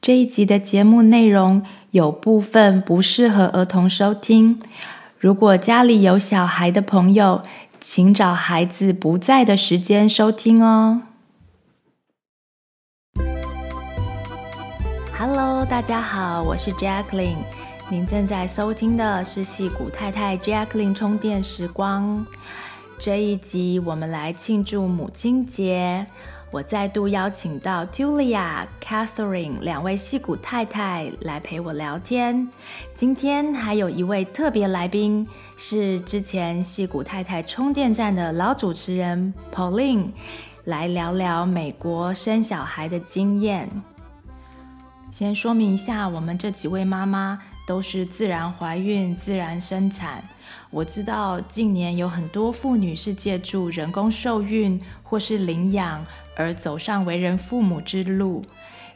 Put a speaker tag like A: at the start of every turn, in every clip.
A: 这一集的节目内容有部分不适合儿童收听。如果家里有小孩的朋友，请找孩子不在的时间收听哦。Hello，大家好，我是 Jacqueline。您正在收听的是戏骨太太 Jacqueline 充电时光。这一集我们来庆祝母亲节。我再度邀请到 Tulia、Catherine 两位戏骨太太来陪我聊天。今天还有一位特别来宾，是之前戏骨太太充电站的老主持人 Pauline，来聊聊美国生小孩的经验。先说明一下，我们这几位妈妈都是自然怀孕、自然生产。我知道近年有很多妇女是借助人工受孕或是领养而走上为人父母之路。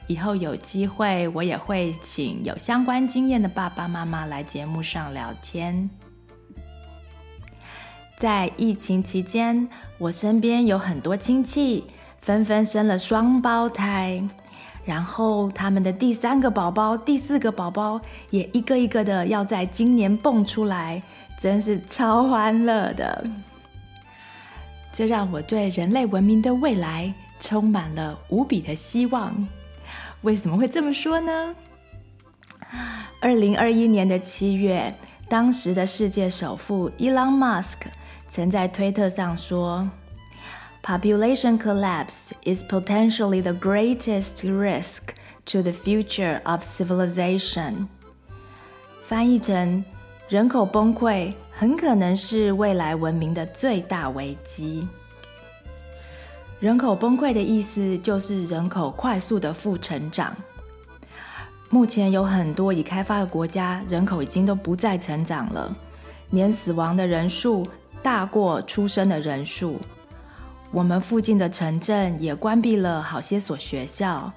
A: 以后有机会，我也会请有相关经验的爸爸妈妈来节目上聊天。在疫情期间，我身边有很多亲戚纷纷生了双胞胎，然后他们的第三个宝宝、第四个宝宝也一个一个的要在今年蹦出来，真是超欢乐的。这让我对人类文明的未来充满了无比的希望。为什么会这么说呢？二零二一年的七月，当时的世界首富 Elon Musk 曾在推特上说：“Population collapse is potentially the greatest risk to the future of civilization。”翻译成“人口崩溃很可能是未来文明的最大危机”。人口崩溃的意思就是人口快速的负成长。目前有很多已开发的国家，人口已经都不再成长了，年死亡的人数大过出生的人数。我们附近的城镇也关闭了好些所学校，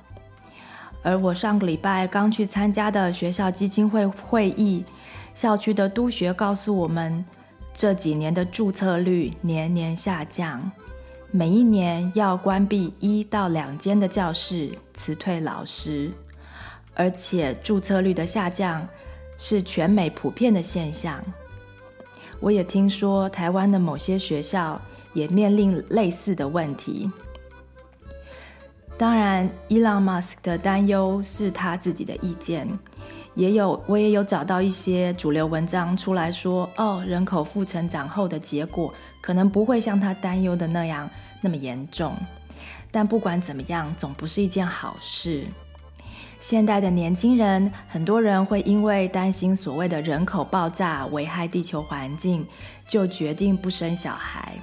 A: 而我上个礼拜刚去参加的学校基金会会议，校区的督学告诉我们，这几年的注册率年年下降，每一年要关闭一到两间的教室，辞退老师，而且注册率的下降是全美普遍的现象。我也听说台湾的某些学校也面临类似的问题。当然，伊朗马斯克的担忧是他自己的意见，也有我也有找到一些主流文章出来说，哦，人口负成长后的结果可能不会像他担忧的那样那么严重。但不管怎么样，总不是一件好事。现代的年轻人，很多人会因为担心所谓的人口爆炸危害地球环境，就决定不生小孩。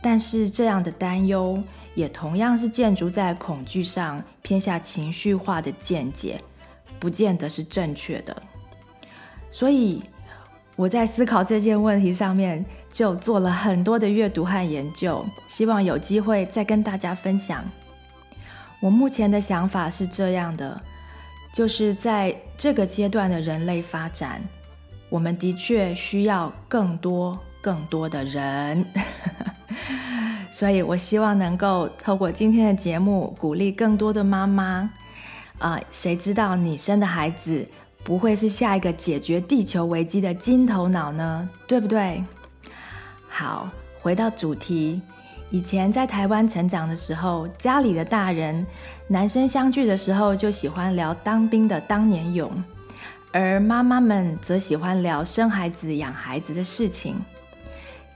A: 但是这样的担忧，也同样是建筑在恐惧上偏向情绪化的见解，不见得是正确的。所以我在思考这件问题上面，就做了很多的阅读和研究，希望有机会再跟大家分享。我目前的想法是这样的，就是在这个阶段的人类发展，我们的确需要更多更多的人。 所以我希望能够透过今天的节目，鼓励更多的妈妈。啊、谁知道你生的孩子不会是下一个解决地球危机的金头脑呢？对不对？好，回到主题。以前在台湾成长的时候，家里的大人男生相聚的时候就喜欢聊当兵的当年勇，而妈妈们则喜欢聊生孩子、养孩子的事情。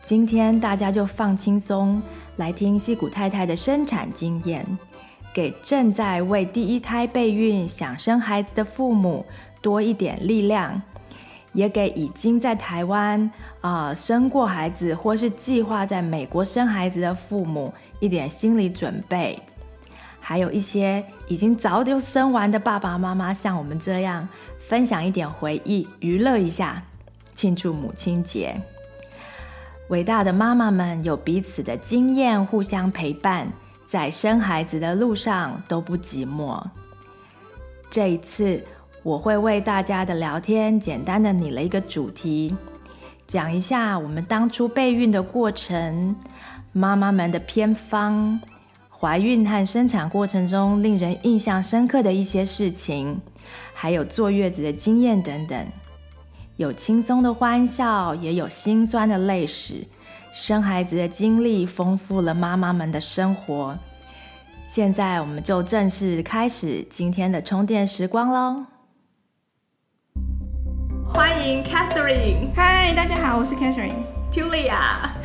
A: 今天大家就放轻松，来听西谷太太的生产经验，给正在为第一胎备孕、想生孩子的父母多一点力量，也给已经在台湾啊、呃生过孩子或是计划在美国生孩子的父母一点心理准备。还有一些已经早就生完的爸爸妈妈，像我们这样分享一点回忆，娱乐一下，庆祝母亲节。伟大的妈妈们有彼此的经验，互相陪伴，在生孩子的路上都不寂寞。这一次，我会为大家的聊天简单的拟了一个主题，讲一下我们当初备孕的过程，妈妈们的偏方，怀孕和生产过程中令人印象深刻的一些事情，还有坐月子的经验等等。有轻松的欢笑，也有心酸的泪史。生孩子的经历丰富了妈妈们的生活。现在，我们就正式开始今天的充电时光喽！欢迎 Catherine、
B: 嗨，大家好，我是 Catherine。
A: Julia，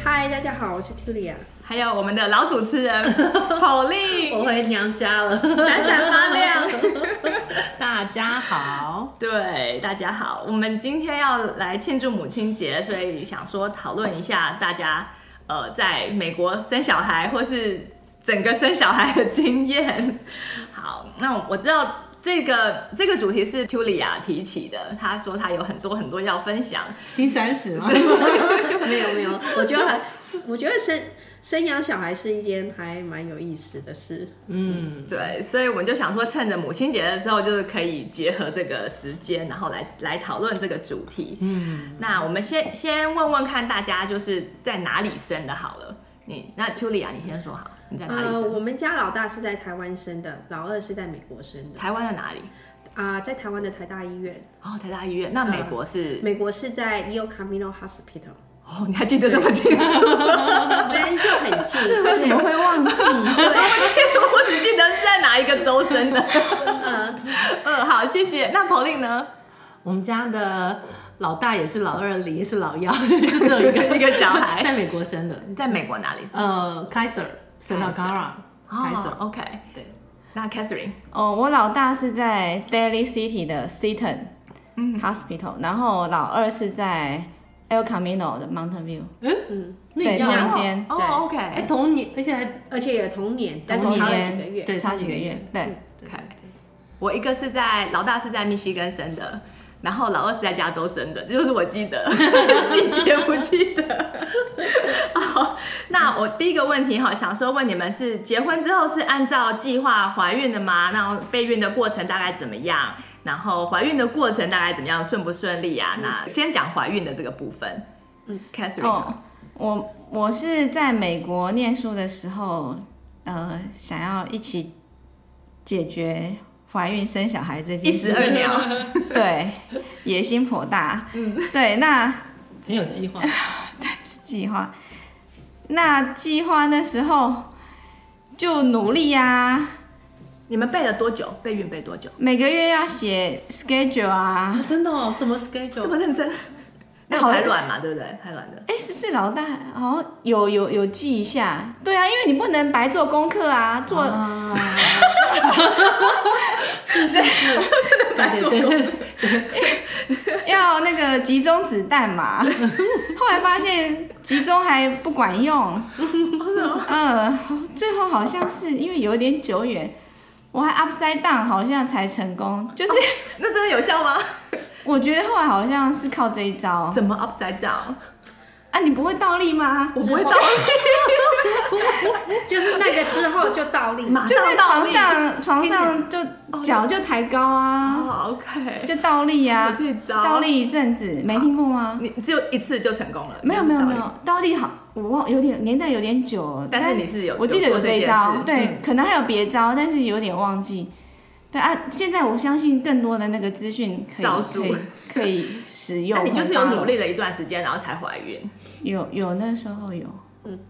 B: 嗨，大家好，我是啊 Tulia。
A: 还有我们的老主持人 Pauline，
C: 我回娘家了，
A: 闪闪发亮。
C: 大家好，
A: 对，大家好，我们今天要来庆祝母亲节，所以想说讨论一下大家呃在美国生小孩或是整个生小孩的经验。好，那我知道这个这个主题是 Tulia 提起的，她说她有很多很多要分享，
C: 新三十吗？
B: 没有 没有，我觉得还，我觉得生生养小孩是一件还蛮有意思的事。
C: 嗯，
A: 对，所以我们就想说，趁着母亲节的时候，就是可以结合这个时间，然后来来讨论这个主题。嗯，那我们先先问问看大家，就是在哪里生的好了。你那 Tulia，你先说好，你在哪里
B: 呃，
A: 生？
B: 我们家老大是在台湾生的，老二是在美国生的。
A: 台湾的哪里？
B: 啊、在台湾的台大医院，
A: 哦，台大医院。那美国是？
B: 美国是在 El Camino Hospital，
A: 哦，你还记得这么清楚？
B: 但就很近。
C: 为什么会忘记？
A: 我只记得是在哪一个州生的。
B: 呃，
A: 嗯，好，谢谢。那 Pauline 呢？
C: 我们家的老大也是老二，李也是老幺， 就只有一个
A: 一个小孩
C: 在美国生的。
A: 你在美国哪里生？
C: 呃，Kaiser 生到 Gara，
A: 哦
C: Kaiser
A: ，OK。
C: 对，
A: 那 Catherine，
D: 哦，我老大是在 Daly City 的 Seton Hospital，、然后老二是在 El Camino 的 Mountain View，
C: 那
D: 对
C: 一样
D: 同
C: 啊。
D: 间
A: 哦
B: 对
A: 哦
C: 哎，
A: ，OK。
C: 同年，而且还
B: 而且也同年，但是
D: 同
B: 差了
D: 年
B: 几个月。
C: 对
D: 差几个月。对，
C: 对
A: ，OK
C: 对对
A: 我一个是在老大是在密西根生的，然后老二是在加州生的，这就是我记得 细节不记得。 好，那我第一个问题哈，想说问你们是结婚之后是按照计划怀孕的吗？那备孕的过程大概怎么样？然后怀孕的过程大概怎么样？顺不顺利啊？那先讲怀孕的这个部分。嗯，Catherine，、
D: 哦，我我是在美国念书的时候，呃，想要一起解决怀孕生小孩这
A: 一
D: 件
A: 石
D: 事，
A: 二鸟，
D: 对，野心颇大。嗯，对，那
C: 很有 计划。
D: 计划。那计划那时候就努力呀、
A: 你们备了多久？备孕备多久？
D: 每个月要写 schedule 啊。
C: 啊真的哦，什么
A: 这
C: schedule？
A: 么认真？那有排卵嘛，对不对？排卵的。
D: 哎，是是老大，哦，有有有记一下，对啊，因为你不能白做功课啊，做、
C: 啊，是是是，对对对 对，
D: 要那个集中子弹嘛。后来发现集中还不管
C: 哦
D: 用，嗯，最后好像是因为有点久远，我还 upside down 好像才成功，
C: 哦
D: 就是
A: 那真的有效吗？
D: 我觉得后来好像是靠这一招
A: 怎么 upside down？
D: 啊，你不会倒立吗？
A: 我不会倒，
B: 就是那个之后就倒立，
A: 马
D: 就啊在
A: 上倒
D: 床
A: 立。
D: 上床上就
A: 哦
D: 脚就抬高啊，
A: 哦，OK，
D: 就倒立
A: 有
D: 啊。
A: 这招。
D: 倒，立一阵子，没听过吗？
A: 你只有一次就成功了。
D: 没有没有
A: 就是
D: 没
A: 嗯倒立，
D: 有，倒立好，我忘有点年代有点久了，
A: 但是你是有
D: 我记得
A: 有做
D: 有
A: 这
D: 一
A: 件
D: 招
A: 事，
D: 对
A: 嗯，
D: 可能还有别招，但是有点忘记。对啊，现在我相信更多的那个资讯可以
A: 招数
D: 可以可以使
A: 那
D: 用，
A: 你就是有
D: 很棒
A: 努，力了一段时间，然后才怀孕。
D: 有有那时候有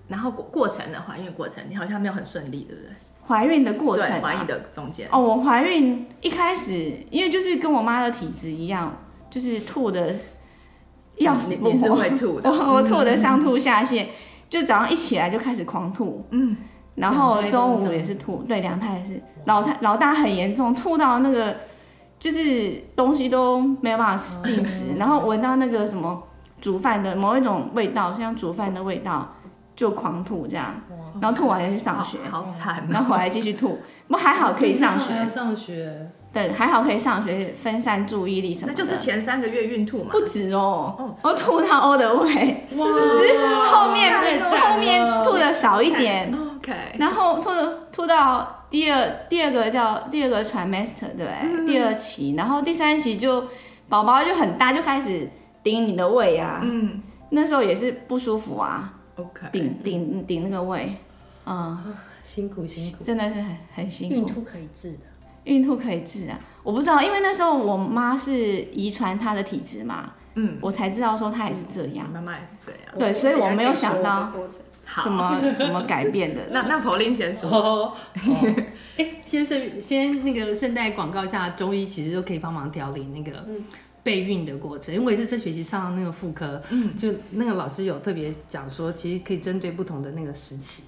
A: 然后过过程呢？怀孕过程，你好像没有很顺利，对不对？
D: 怀孕的过程
A: 对，怀
D: 啊
A: 孕。的中间。
D: 哦，我怀孕一开始，因为就是跟我妈的体质一样，就是吐的要死
A: 你
D: 不
A: 嗯你是
D: 活，
A: 会吐的，嗯
D: 我我吐的上吐下泻，就早上一起来就开始狂吐，
A: 嗯，
D: 然后
C: 两胎都
D: 中午
C: 是这
D: 也
C: 样
D: 是吐，对，两胎也是，老太老大很严重，吐到那个就是东西都没有办
A: 哦
D: 法进食，然后
A: 嗯
D: 闻到那个什么煮饭的某一种味道，像煮饭的味道就狂吐这样，然后吐完再去上学，
A: 哦好
E: 哦
A: 好惨
D: 然后回来继续吐，不过还好可以上学，
C: 还上学，
D: 对，还好可以上学，分散注意力什么
A: 那
D: 的，
A: 就是前三个月孕吐嘛
D: 不。止哦
A: 哦，
D: 我吐到欧的胃。
C: 哇，
D: 只是 后面
C: 太惨了
D: 后面吐的少一点，
A: OK，
D: 然后吐的吐到第二第二个叫第二个 trimester 对不对？
A: 嗯
D: 第二期，然后第三期就宝宝就很大，就开始顶你的胃啊，
A: 嗯
D: 那时候也是不舒服啊，
A: ，OK，
D: 顶顶顶那个胃，嗯，
C: 辛苦辛苦。
D: 真的是很很辛
B: 孕
D: 苦。
B: 吐可以治的，
D: 孕吐可以治啊，我不知道，因为那时候我妈是遗传她的体质嘛，
C: 嗯，
D: 我才知道说她也是这样，
C: 妈妈也是这样。
D: 对，所以我没有想到
C: 好
D: 什 么什么改变的。
E: 那那彭林先说，
C: 哦， 哎、先顺先那个顺带广告一下，中医其实都可以帮忙调理那个备孕的过程，因为我也是这学期上那个妇科，嗯，就那个老师有特别讲说，其实可以针对不同的那个时期，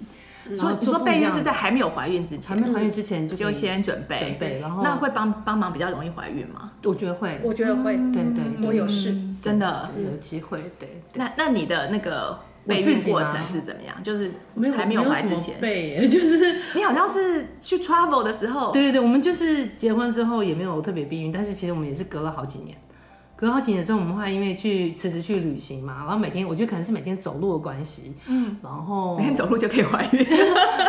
E: 说
C: 然后
E: 你说
C: 做不一
E: 备孕
C: 样
E: 是
C: 的嗯
E: 在还没有怀孕之
C: 还
E: 前，
C: 没怀孕之前就可
E: 就
C: 以
E: 先准备，
C: 准备，然后
E: 那会帮帮忙比较容易怀孕吗？
C: 我嗯觉得会，
B: 我觉得会，
C: 对对
B: 我
C: 对，
B: 有事，
E: 真的？
C: 有机会，对。
E: 那那你的那个
C: 我
E: 备
C: 自
E: 孕
C: 己
E: 过
C: 吗
E: 程是怎么样？就是
C: 没有
E: 还
C: 没
E: 有怀
C: 什
E: 之
C: 么
E: 前，
C: 备 耶，就是
E: 你好像是去 travel 的时候，
C: 对对对，我们就是结婚之后也没有特别避孕，但是其实我们也是隔了好几年，隔了好几年之后，我们后来因为去辞职去旅行嘛，然后每天我觉得可能是每天走路的关系，嗯，然后
E: 每天走路就可以怀 孕，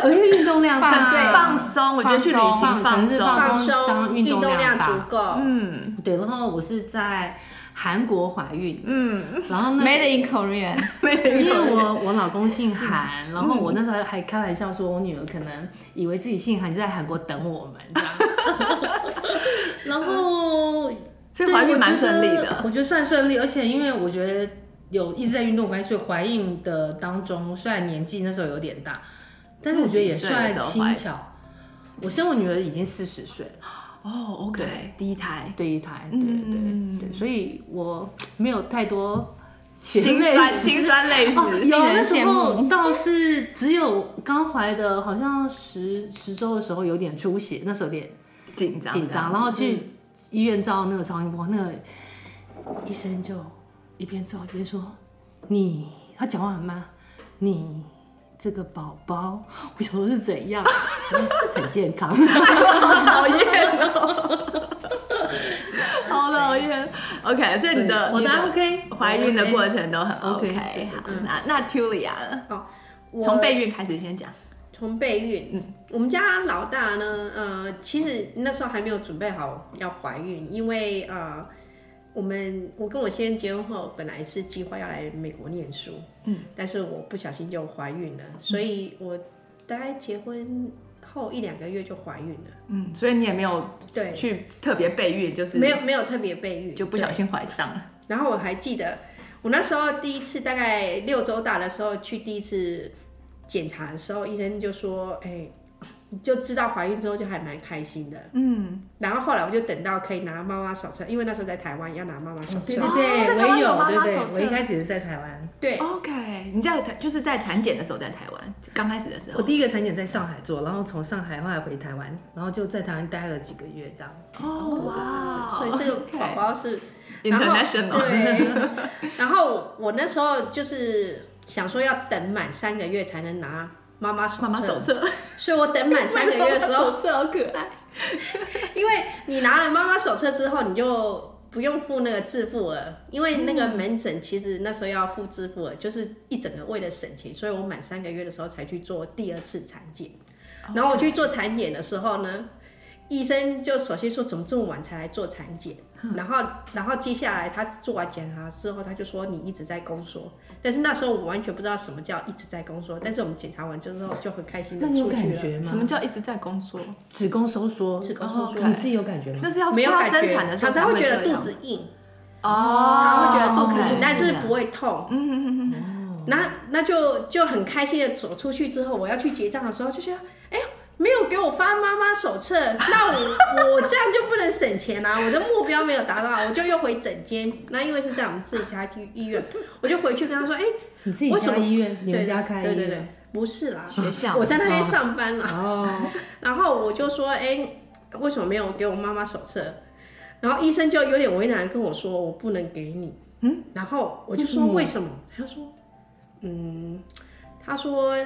C: 呃因为运动量
D: 放
C: 大，
D: 对
E: 放松。我觉得去旅行
C: 放
E: 放
C: 松
E: 松，
C: 放
B: 放
C: 松
B: 松，
C: 运
B: 运
C: 动
B: 动
C: 量
B: 量
C: 大
B: 足够，
E: 嗯
C: 对，然后我是在韩国怀孕，
E: 嗯，
C: 然后呢。
D: Made in Korea，嗯
E: 没有
C: 因为我我老公姓韩，然后我那时候还开玩笑说，我女儿可能以为自己姓韩，就在韩国等我们 这样。然后
E: 所以
C: 对
E: 怀孕
C: 我
E: 蛮
C: 觉
E: 顺利
C: 得
E: 的。
C: 我觉得算顺利，而且因为我觉得有一直在运动关系，所以怀孕的当中虽然年纪那时候有点大，但是我觉得也算
E: 那你几岁的时候
C: 轻巧。我生我女儿已经四十岁，
E: 哦，OK，第一胎，
C: 对一胎，对
E: 嗯
C: 对对，
E: 嗯
C: 所以我没有太多血
E: 心
C: 泪
E: 酸
C: 史
E: 心酸泪
C: 哦，
E: 史，
C: 有
D: 令人
C: 那时
D: 羡
C: 候
D: 慕
C: 倒是只有刚怀的，好像十十周的时候有点出血，那时候有点
E: 紧张
C: 紧张，然后去医院照那个超音波，那个医生就一边照一边说：“你，他讲话很慢，你这个宝宝，我想说是怎样， 很健康。
E: 讨厌哦，好讨厌。OK，所以你的
C: 我
E: 你
C: 的
E: 的
C: OK，
E: 怀孕的过
C: 程，
E: 程都很
C: OK，对嗯
E: OK。好，那那 Tulia 呢
B: 我
E: 从备孕开始先讲，
B: 从备孕，我们家老大呢，呃，其实那时候还没有准备好要怀孕，因为呃，我们我跟我先生结婚后，本来是计划要来美国念书，嗯，但是我不小心就怀孕
E: 嗯
B: 了，所以我大概结婚后一两个月就怀孕了，
E: 嗯，所以你也没有
B: 对
E: 去特别备孕，就是
B: 没有没有特别备孕，
E: 就不小心怀上了。
B: 然后我还记得，我那时候第一次大概六周大的时候去第一次检查的时候，医生就说：“哎、你就知道怀孕之后就还蛮开心的。”嗯，然后后来我就等到可以拿妈妈手册，因为那时候在台湾要拿妈妈手册。
C: 对对
E: 哦那
C: 对，我
E: 台湾
C: 也
E: 有妈
C: 有，
E: 妈
C: 对对
E: 手，册
C: 我一开始是在台湾，
B: 对
E: OK，你在台就是在产检的时候在台湾，刚开始的时
C: 我
E: 候。
C: 第一个产检在上海做，然后从上海后来回台湾，然后就在台湾待了几个月这样。
E: 哦哇
B: 所以这个宝宝是然后
E: ，International，
B: 对，然后我我那时候就是想说要等满三个月才能拿妈妈手册，
E: 妈妈手册，
B: 所以我等满三个月的时候，
E: 手册好可爱。
B: 因为你拿了妈妈手册之后，你就不用付那个自付额，因为那个门诊其实那时候要付自付额，就是一整个为了省钱，所以我满三个月的时候才去做第二次产检。然后我去做产检的时候呢，医生就首先说怎么这么晚才来做产检，然后然后接下来他做完检查之后，他就说你一直在宫缩，但是那时候我完全不知道什么叫一直在宫缩，但是我们检查完之后就很开心的
C: 那你有
B: 出去
C: 感
B: 了。
C: 觉吗？
E: 什么叫一直在工作？
B: 嗯
C: 子宫收缩？哦
B: 子宫
E: 收缩
C: 你自己有感觉吗？
E: 那是要
B: 没有
E: 要
B: 感觉，
E: 生产的时候
B: 常常会觉
E: 这
B: 得
E: 样
B: 肚子硬，
E: 哦，
B: 常常会觉得肚子
C: 哦
B: 紧，但
C: 是
B: 是
C: 啊
B: 不会痛。嗯嗯嗯。那那就就很开心的走出去之后，我要去结账的时候，就觉得，哎、没有给我发妈妈手册，那我我这样就不能省钱啦、我的目标没有达到，我就又回诊间。那因为是在我们自己家医医院，我就回去跟他说，哎、
C: 你自己
B: 为什么
C: 家医院，你们
B: 对
C: 家开
B: 对
C: 医院？
B: 对对，不是啦，
E: 学校
B: 我在那边上班啦。
C: 哦，
B: 然后我就说，哎、为什么没有给我妈妈手册？然后医生就有点为难地跟我说，我不能给你。嗯，然后我就说为什么？他说，嗯，他说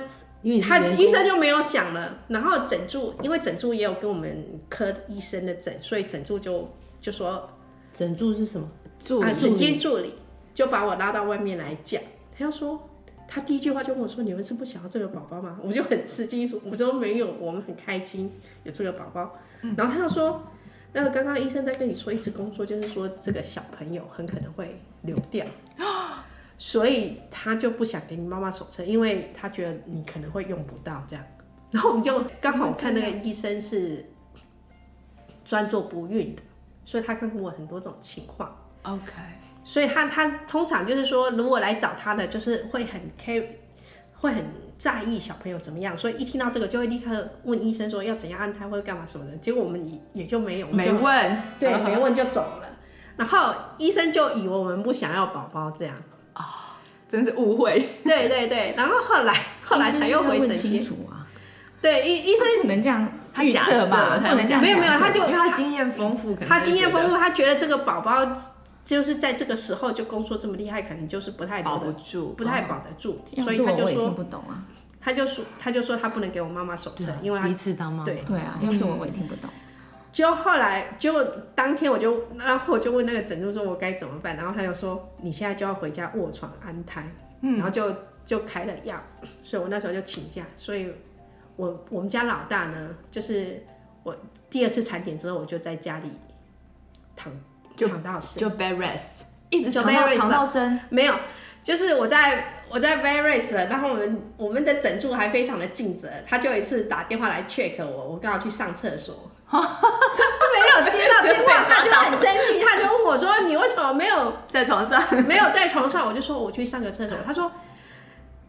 C: 因为
B: 他医
C: 医生
B: 生就没有讲了。然后诊助，因为诊助也有跟我们科医生的诊，所以诊助就就说，
C: 整柱是什么？
E: 助
B: 啊，
E: 理
B: 诊间助理就把我拉到外面来讲，他就说。他第一句话就跟我说：“你们是不想要这个宝宝吗？”我就很吃惊，说：“我说没有，我们很开心有这个宝宝。嗯然后他就说：“那个刚刚医生在跟你说，一直工作就是说这个小朋友很可能会流 掉，所以他就不想给你妈妈手册，因为他觉得你可能会用不到这样。然后我们就刚好看那个医生是专做不孕的，所以他跟我很多种情况。
E: OK，
B: 所以他他通常就是说，如果来找他的，就是会很 care，会很在意小朋友怎么样，所以一听到这个就会立刻问医生说要怎样安胎或者干嘛什么的。结果我们也也就没有，我们
E: 没
B: 就
E: 问啊
B: 对，没问就走了。然后医生就以为我们不想要宝宝这样，
E: 真是误会。
B: 对对对。然后后来后来才又回诊
D: 清
B: 间，
D: 楚啊，
B: 对医医
D: 医
B: 生
D: 生不能这样
E: 他
D: 预
E: 假
D: 测
E: 设
D: 吧，
E: 他
D: 不能这样假设吧，
B: 没有没有他就
E: 因为他经验丰富，可能
B: 他经验丰富，他觉得这个宝宝就是在这个时候就工作这么厉害，可能就是不太
E: 保不
B: 留得
E: 住，哦
B: 不太保得住，
D: 要
B: 所以
D: 是我
B: 他就
D: 我也听
B: 说
D: 不懂啊，
B: 他就说他就说他不能给我妈妈手册，因为他
C: 第一次啊当妈妈，
B: 对
D: 对啊，要是我我也听不懂，
B: 就后来，就当天我就，然后我就问那个诊助说，我该怎么办？然后他就说，你现在就要回家卧床安胎，然后就就开了药，所以我那时候就请假。所以我我们家老大呢，就是我第二次产检之后，我就在家里躺躺到死，
E: 就 bad rest。
D: 一直
B: 就
D: 躺
B: 被
D: 到
B: raise
D: 躺
B: 了
D: 到生，
B: 没有，就是我在我在 Various 了，然后我们我们的诊助还非常的尽责，他就有一次打电话来 check 我，我刚好去上厕所，没有接到电话，他就很生气，他就问我说：“你为什么没有
E: 在床上，
B: 没有在床上？”我就说：“我去上个厕所。”他说。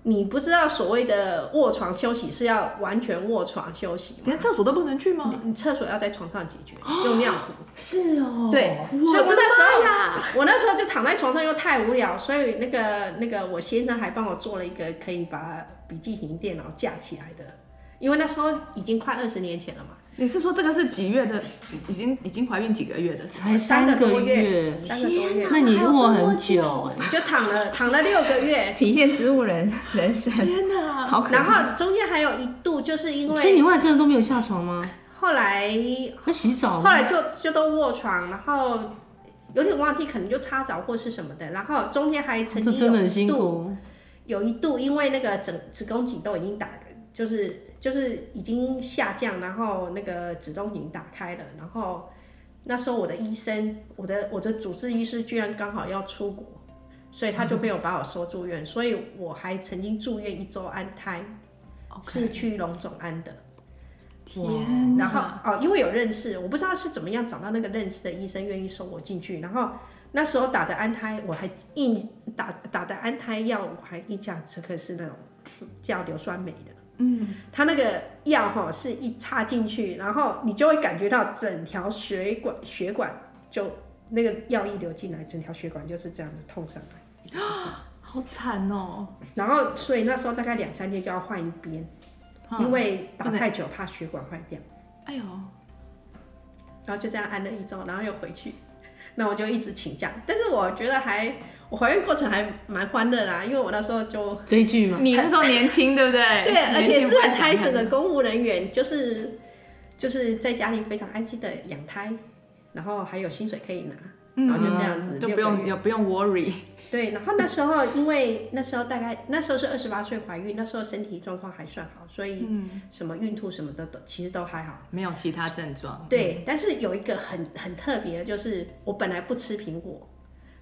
B: 你不知道所谓的卧床休息是要完全卧床休息吗？
E: 连厕所都不能去吗？
B: 你厕所要在床上解决，用尿壶。
C: 是哦，
B: 对，所以
E: 我的
B: 我那时候
E: 妈呀！
B: 我那时候就躺在床上，又太无聊，所以那个那个我先生还帮我做了一个可以把笔记型电脑架起来的，因为那时候已经快二十年前了嘛，
E: 你是说这个是几月的？已已经已经怀孕几个月的？
C: 才
B: 三
C: 三
B: 个
C: 个
B: 多
C: 月，
B: 三个多月，
C: 那你握很久，欸
B: 就躺了躺了六个 月，
D: 体现植物人人生，
E: 天 哪！
D: 好可
B: 然
D: 怕。
B: 后中间还有一度就是因
C: 所以你
B: 为
C: 后来真的都没有下床吗？
B: 后来
C: 那洗澡
B: 后
C: 吗？
B: 来就就都卧床，然后有点忘记，可能就擦澡或是什么的，然后中间还曾
C: 这
B: 经
C: 真的
B: 有
C: 很
B: 一
C: 辛
B: 度。
C: 苦，
B: 有一度因为那个整子宫颈都已经打，就是就是已经下降，然后那个子宫颈打开了，然后那时候我的医生，我的我的主治医师居然刚好要出国，所以他就没有把我收住院，所以我还曾经住院一周安胎是去龙总安的。
E: 天
B: 然
E: 哪！
B: 后哦，因为有认识，我不知道是怎么样找到那个认识的医生愿意收我进去。然后那时候打的安胎，我还印打打的安胎药，我还印象深刻是那种 叫硫酸镁的。嗯，它那个药哈、是一插进去，然后你就会感觉到整条血管血管就那个药一流进来，整条血管就是这样子痛上来。一直痛上来
E: 好惨哦！
B: 然后所以那时候大概两三天就要换一边，因为打
E: 不能
B: 太久怕血管坏掉。
E: 哎呦，
B: 然后就这样安了一周，然后又回去， 那我就一直请假。但是我觉得还我怀孕过程还蛮欢乐的、啊，因为我那时候就
C: 追剧嘛，
E: 你那时候年轻对不 对？
B: 对，而且是很
E: 开
B: 开
E: 始
B: 始的公务人员，就是就是在家里非常安心的养胎，然后还有薪水可以拿，然嗯后就这样子、
E: 都嗯不
B: 六个
E: 用
B: 月
E: 也不用 worry。
B: 对，然后那时候因为那时候大概那时候是二十八岁怀孕，那时候身体状况还算好，所以什么孕吐什么的都其实都还好。
E: 没有其他症
C: 哦
E: 状，
C: 嗯
B: 对，但是有一个很很特别的，就是我本来不吃苹果，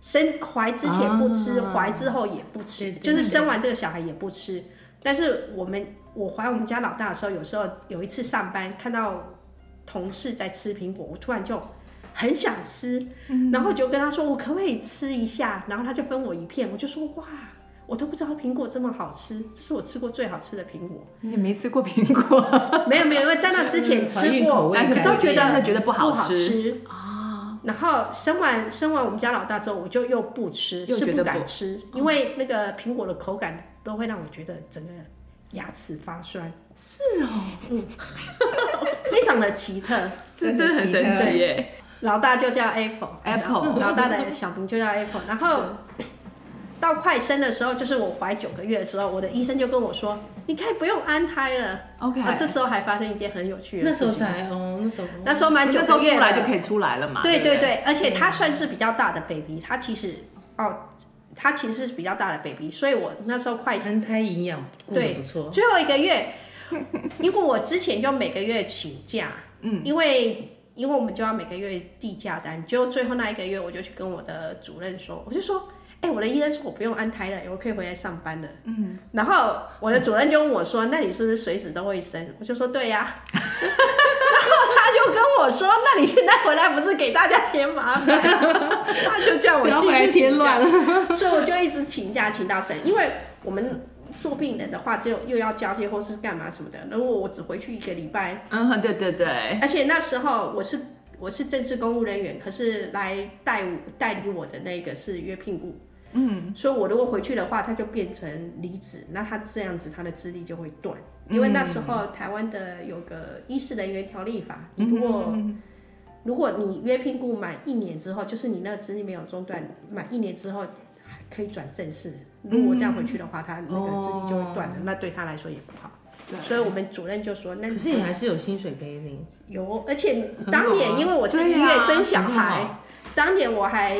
B: 生怀之
C: 啊
B: 前不吃，怀、之后也不吃，就是生完这个小孩也不吃。但是我们我怀我们家老大的时候，有时候有一次上班看到同事在吃苹果，我突然就很想吃，
C: 嗯
B: 然后就跟他说我可不可以吃一下，然后他就分我一片，我就说哇。我都不知道苹果这么好吃，这是我吃过最好吃的苹果。
E: 你也没吃过苹 果，
B: 没有没有，因为在那之前吃
C: 怀孕口
B: 过，
C: 味
E: 但是
C: 改
E: 都觉
C: 变
E: 得觉得不
B: 不
E: 好
B: 好
E: 吃，哦
B: 吃啊。然后生完生完我们家老大之后，我就又不吃，
E: 又
B: 是
E: 觉得不哦
B: 不敢吃，因为那个苹果的口感都会让我觉得整个牙齿发酸。是哦，嗯， 非常的奇特。
E: 这真的很神奇嗯耶。
B: 老大就叫 Apple，
E: Apple
B: 老大的小名就叫 Apple。然后到快生的时候，就是我怀九个月的时候，我的医生就跟我说：“你可以不用安胎了。
E: OK，
B: 啊，这时候还发生一件很有趣的
C: 那
B: 事
C: 时
B: 情。
C: 候才哦，那时候
B: 那时候满九
E: 那时候
B: 个
E: 出
B: 月
E: 来
B: 了
E: 就可以出来了嘛。
B: 对
E: 对
B: 对嗯
E: 不，
B: 对，而且他算是比较大的 baby，他其实哦，他其实是比较大的 baby，所以我那时候快
C: 安胎营养顾得
B: 对
C: 不错，
B: 最后一个月，因为我之前就每个月请假，嗯，因为因为我们就要每个月递假单，结果最后那一个月我就去跟我的主任说，我就说，哎、哎、我的医生说我不用安胎了，我可以回来上班了。嗯，然后我的主任就问我说，那你是不是随时都会生？我就说对呀、 然后他就跟我说，那你现在回来不是给大家添麻 烦？他就叫我
C: 不要
B: 继
C: 回来
B: 续
C: 添
B: 请假
C: 乱。了。
B: 所以我就一直请假请到生，因为我们做病人的话，就又要交接或是干嘛什么的。如果我只回去一个礼拜，
E: 嗯，对对对，
B: 而且那时候我是我是正式公务人员，可是来带我代理我的那个是约聘雇，嗯，所以我如果回去的话，他就变成离职，那他这样子他的资历就会断，因为那时候台湾的有个医师人员条例法，你如果、如果你约聘雇满一年之后，就是你那个资历没有中断，满一年之后还可以转正式。如果这样回去的话，他那个资历就会断了，那对他来说也不好。所以我们主任就说：“那你
C: 可是你还是有薪水可以领，
B: 有，而且
C: 很
B: 当
C: 好
B: 年
C: 啊
B: 因为我是
E: 对
B: 一月
E: 呀
B: 生小
C: 怎么
B: 孩，
C: 好
B: 当年我还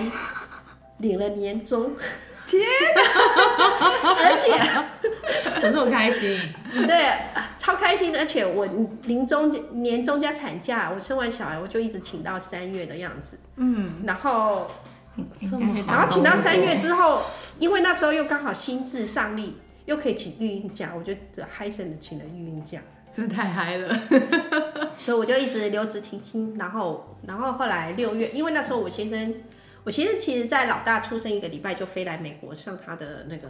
B: 领了年终。天 而且啊
C: 怎么这么开心？
B: 对，啊超开心的。而且我临终年终加产假，我生完小孩我就一直请到三月的样子。嗯，然后
C: 这么
B: 然后请到三月之后，因为那时候又刚好心智上力，又可以请育婴假，我就嗨森的请了育婴假。
E: 真的太嗨了。
B: 所以我就一直留职停薪，然后然后后来六月，因为那时候我先生，我先生其实在老大出生一个礼拜就飞来美国上他的那个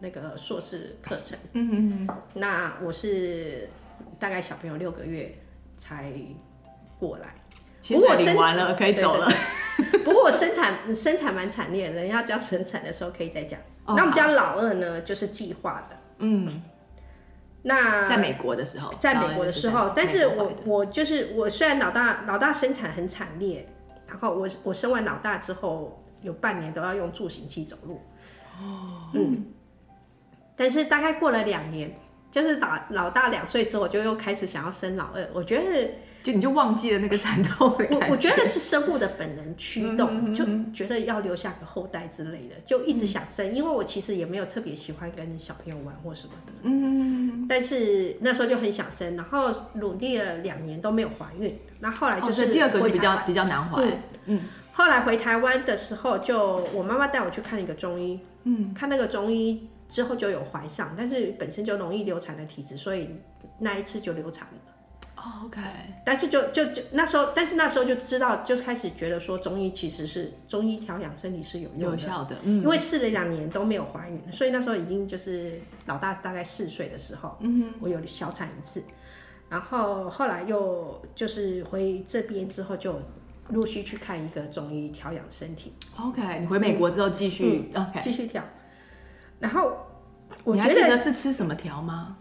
B: 那个硕士课程，嗯嗯嗯，那我是大概小朋友六个月才过来，
E: 薪水领完了，可以走了。
B: 不过我生产生产蛮惨烈的，人家讲生产的时候可以再讲。那我们家老二呢，就是计划的，哦嗯，那
E: 在美国的时候，啊
B: 在美国的时候，但哦是
C: 美国
B: 我我就是我虽然老大老大生产很惨烈，然后我我生完老大之后有半年都要用助行器走路，哦，嗯，但是大概过了两年，就是老老大两岁之后，我就又开始想要生老二，我觉得
E: 就你就忘记了那个惨痛的
B: 我
E: 感
B: 我
E: 觉。嗯
B: 觉得是生物的本能驱动，就觉得要留下个后代之类的，就一直想生。因为我其实也没有特别喜欢跟小朋友玩或什么的，嗯，但是那时候就很想生，然后努力了两年都没有怀孕，那后来就嗯
E: 哦
B: 是
E: 所以第二个
B: 回
E: 就比
B: 台
E: 较
B: 湾
E: 比较难怀，
B: 后来回台湾的时候就，我妈妈带我去看一个中医，嗯，看那个中医之后就有怀上，但是本身就容易流产的体质，所以那一次就流产了。
E: 哦，OK，
B: 但是就就就那时候，但是那时候就知道，就开始觉得说中医其实是中医调养身体是有
E: 有
B: 用的，
E: 效的，嗯
B: 因为试了两年都没有怀孕，所以那时候已经就是老大大概四岁的时候，嗯，我有小产一次，然后后来又就是回这边之后就陆续去看一个中医调养身体，
E: OK，你回美国之后继续 OK，
B: 继续调，然后嗯我
E: 你还
B: 觉
E: 记
B: 得
E: 得是吃什么条吗？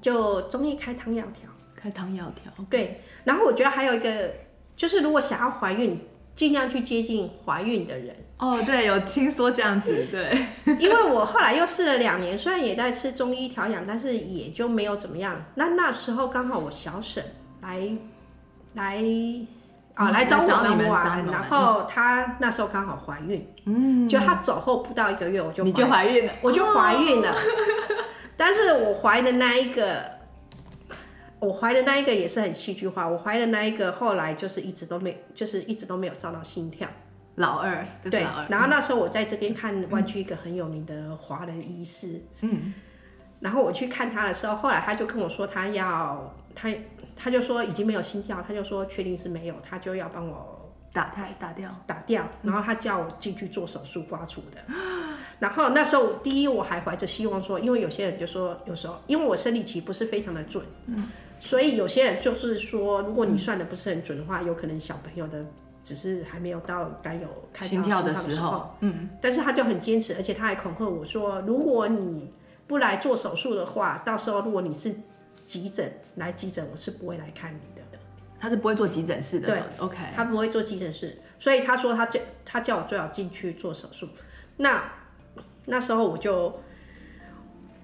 B: 就中医开汤药调。
E: 开汤药条，
B: 对，然后我觉得还有一个就是，如果想要怀孕，尽量去接近怀孕的人，
E: 哦，对，有听说这样子，对，
B: 因为我后来又试了两年，虽然也在吃中医调养，但是也就没有怎么样。那那时候刚好我小婶来来啊、
E: 嗯
B: 来找我
E: 来找你们找
B: 玩，
E: 你们
B: 然后她那时候刚好怀孕，嗯，就她走后不到一个月 我就
E: 你就
B: 怀
E: 怀孕了，哦
B: 我就怀孕了， 但是我怀的那一个，我怀的那一个也是很戏剧化。我怀的那一个后来就是一直都没，就是一直都没有照到心跳。
E: 老二，这是
B: 对
E: 老，二，
B: 然后那时候我在这边看湾区一个很有名的华人医师，嗯，然后我去看他的时候，后来他就跟我说他要他他就说已经没有心跳，他就说确定是没有，他就要帮我
E: 打胎打掉，
B: 打掉，然后他叫我进去做手术刮除的。 然后那时候，第一我还怀着希望说，因为有些人就说，有时候因为我生理期不是非常的准，嗯，所以有些人就是说，如果你算的不是很准的话，有可能小朋友的只是还没有到该有开刀
E: 心跳的
B: 时
E: 时候，
B: 嗯，但是他就很坚持，而且他还恐吓我说，如果你不来做手术的话，到时候如果你是急诊来急诊，我是不会来看你的。
E: 他是不会做急诊室的
B: 对
E: 手术，OK，
B: 他不会做急诊室，所以他说他叫他叫我最好进去做手术。那那时候我就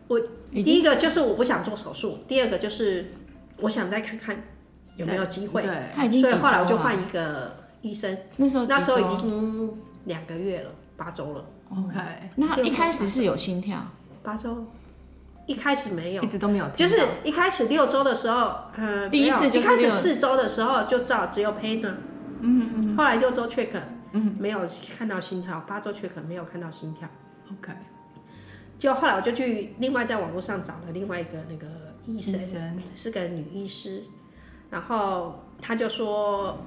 B: 我第一个就是我不想做手术，第二个就是我想再看看有没有机会，
E: 对，
D: 他已经
B: 所以
D: 紧
B: 后来我
D: 张
B: 就
D: 了
B: 换一个医生，
D: 那时候
B: 那时候
D: 几
B: 已
D: 周
B: 经两个月了，八周了，
E: OK，
D: 那一开始是有心跳，
B: 八周。一开始没有
E: 一，直都没有听到，
B: 就是一开始六周的时候，呃，
D: 哎第一
B: 没有
D: 次就
B: 一
D: 是
B: 开始
D: 六嗯
B: 四周的时候就照只有 pain 啊嗯，后来六周 check，嗯，没有看到心跳，八周缺可能没有看到心跳。
C: OK，
B: 就后来我就去另外在网络上找了另外一个那个医生，
C: 生
B: 是个女医师，然后她就说，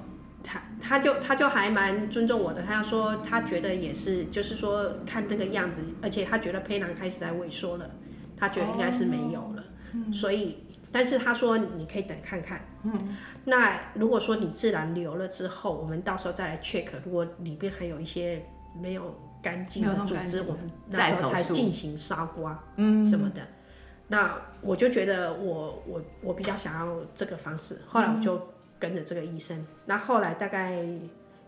B: 她她就她就还蛮尊重我的，她要说她觉得也是，就是说看那个样子，而且她觉得胚囊开始在萎缩了，她觉得应该是没有了，所以。但是她说你可以等看看，嗯，那如果说你自然流了之后，我们到时候再来 check，如果里边还有一些没有干净的
C: 没有弄
B: 组
C: 干
B: 织，
C: 净
B: 我们那时候才
E: 再手术
B: 进行烧刮，嗯，什么的。那我就觉得我我我比较想要这个方式，后来我就跟着这个医生。那、后来大概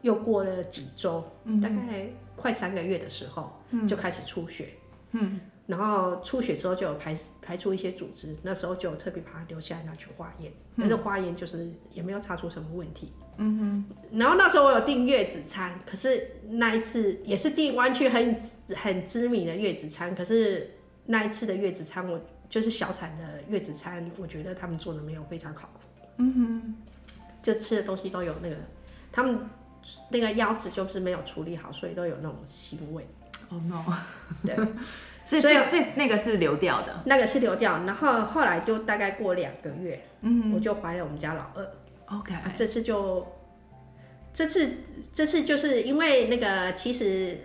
B: 又过了几周，大概快三个月的时候，就开始出血，嗯，然后出血之后就有排排出一些组织，那时候就有特别把它留下来拿去化验，但是化验就是也没有查出什么问题，嗯哼。然后那时候我有订月子餐，可是那一次也是订湾区很很知名的月子餐，可是那一次的月子餐我就是小产的月子餐，我觉得他们做的没有非常好。嗯哼，就吃的东西都有那个，他们那个腰子就是没有处理好，所以都有那种腥味。
C: 哦、no，
E: Oh, 所以
B: 所以
E: 这这那个是流掉的，
B: 那个是流掉，然后后来就大概过两个月，嗯，我就怀了我们家老二。
C: OK，
B: 啊这次就，这次这次就是因为那个，其实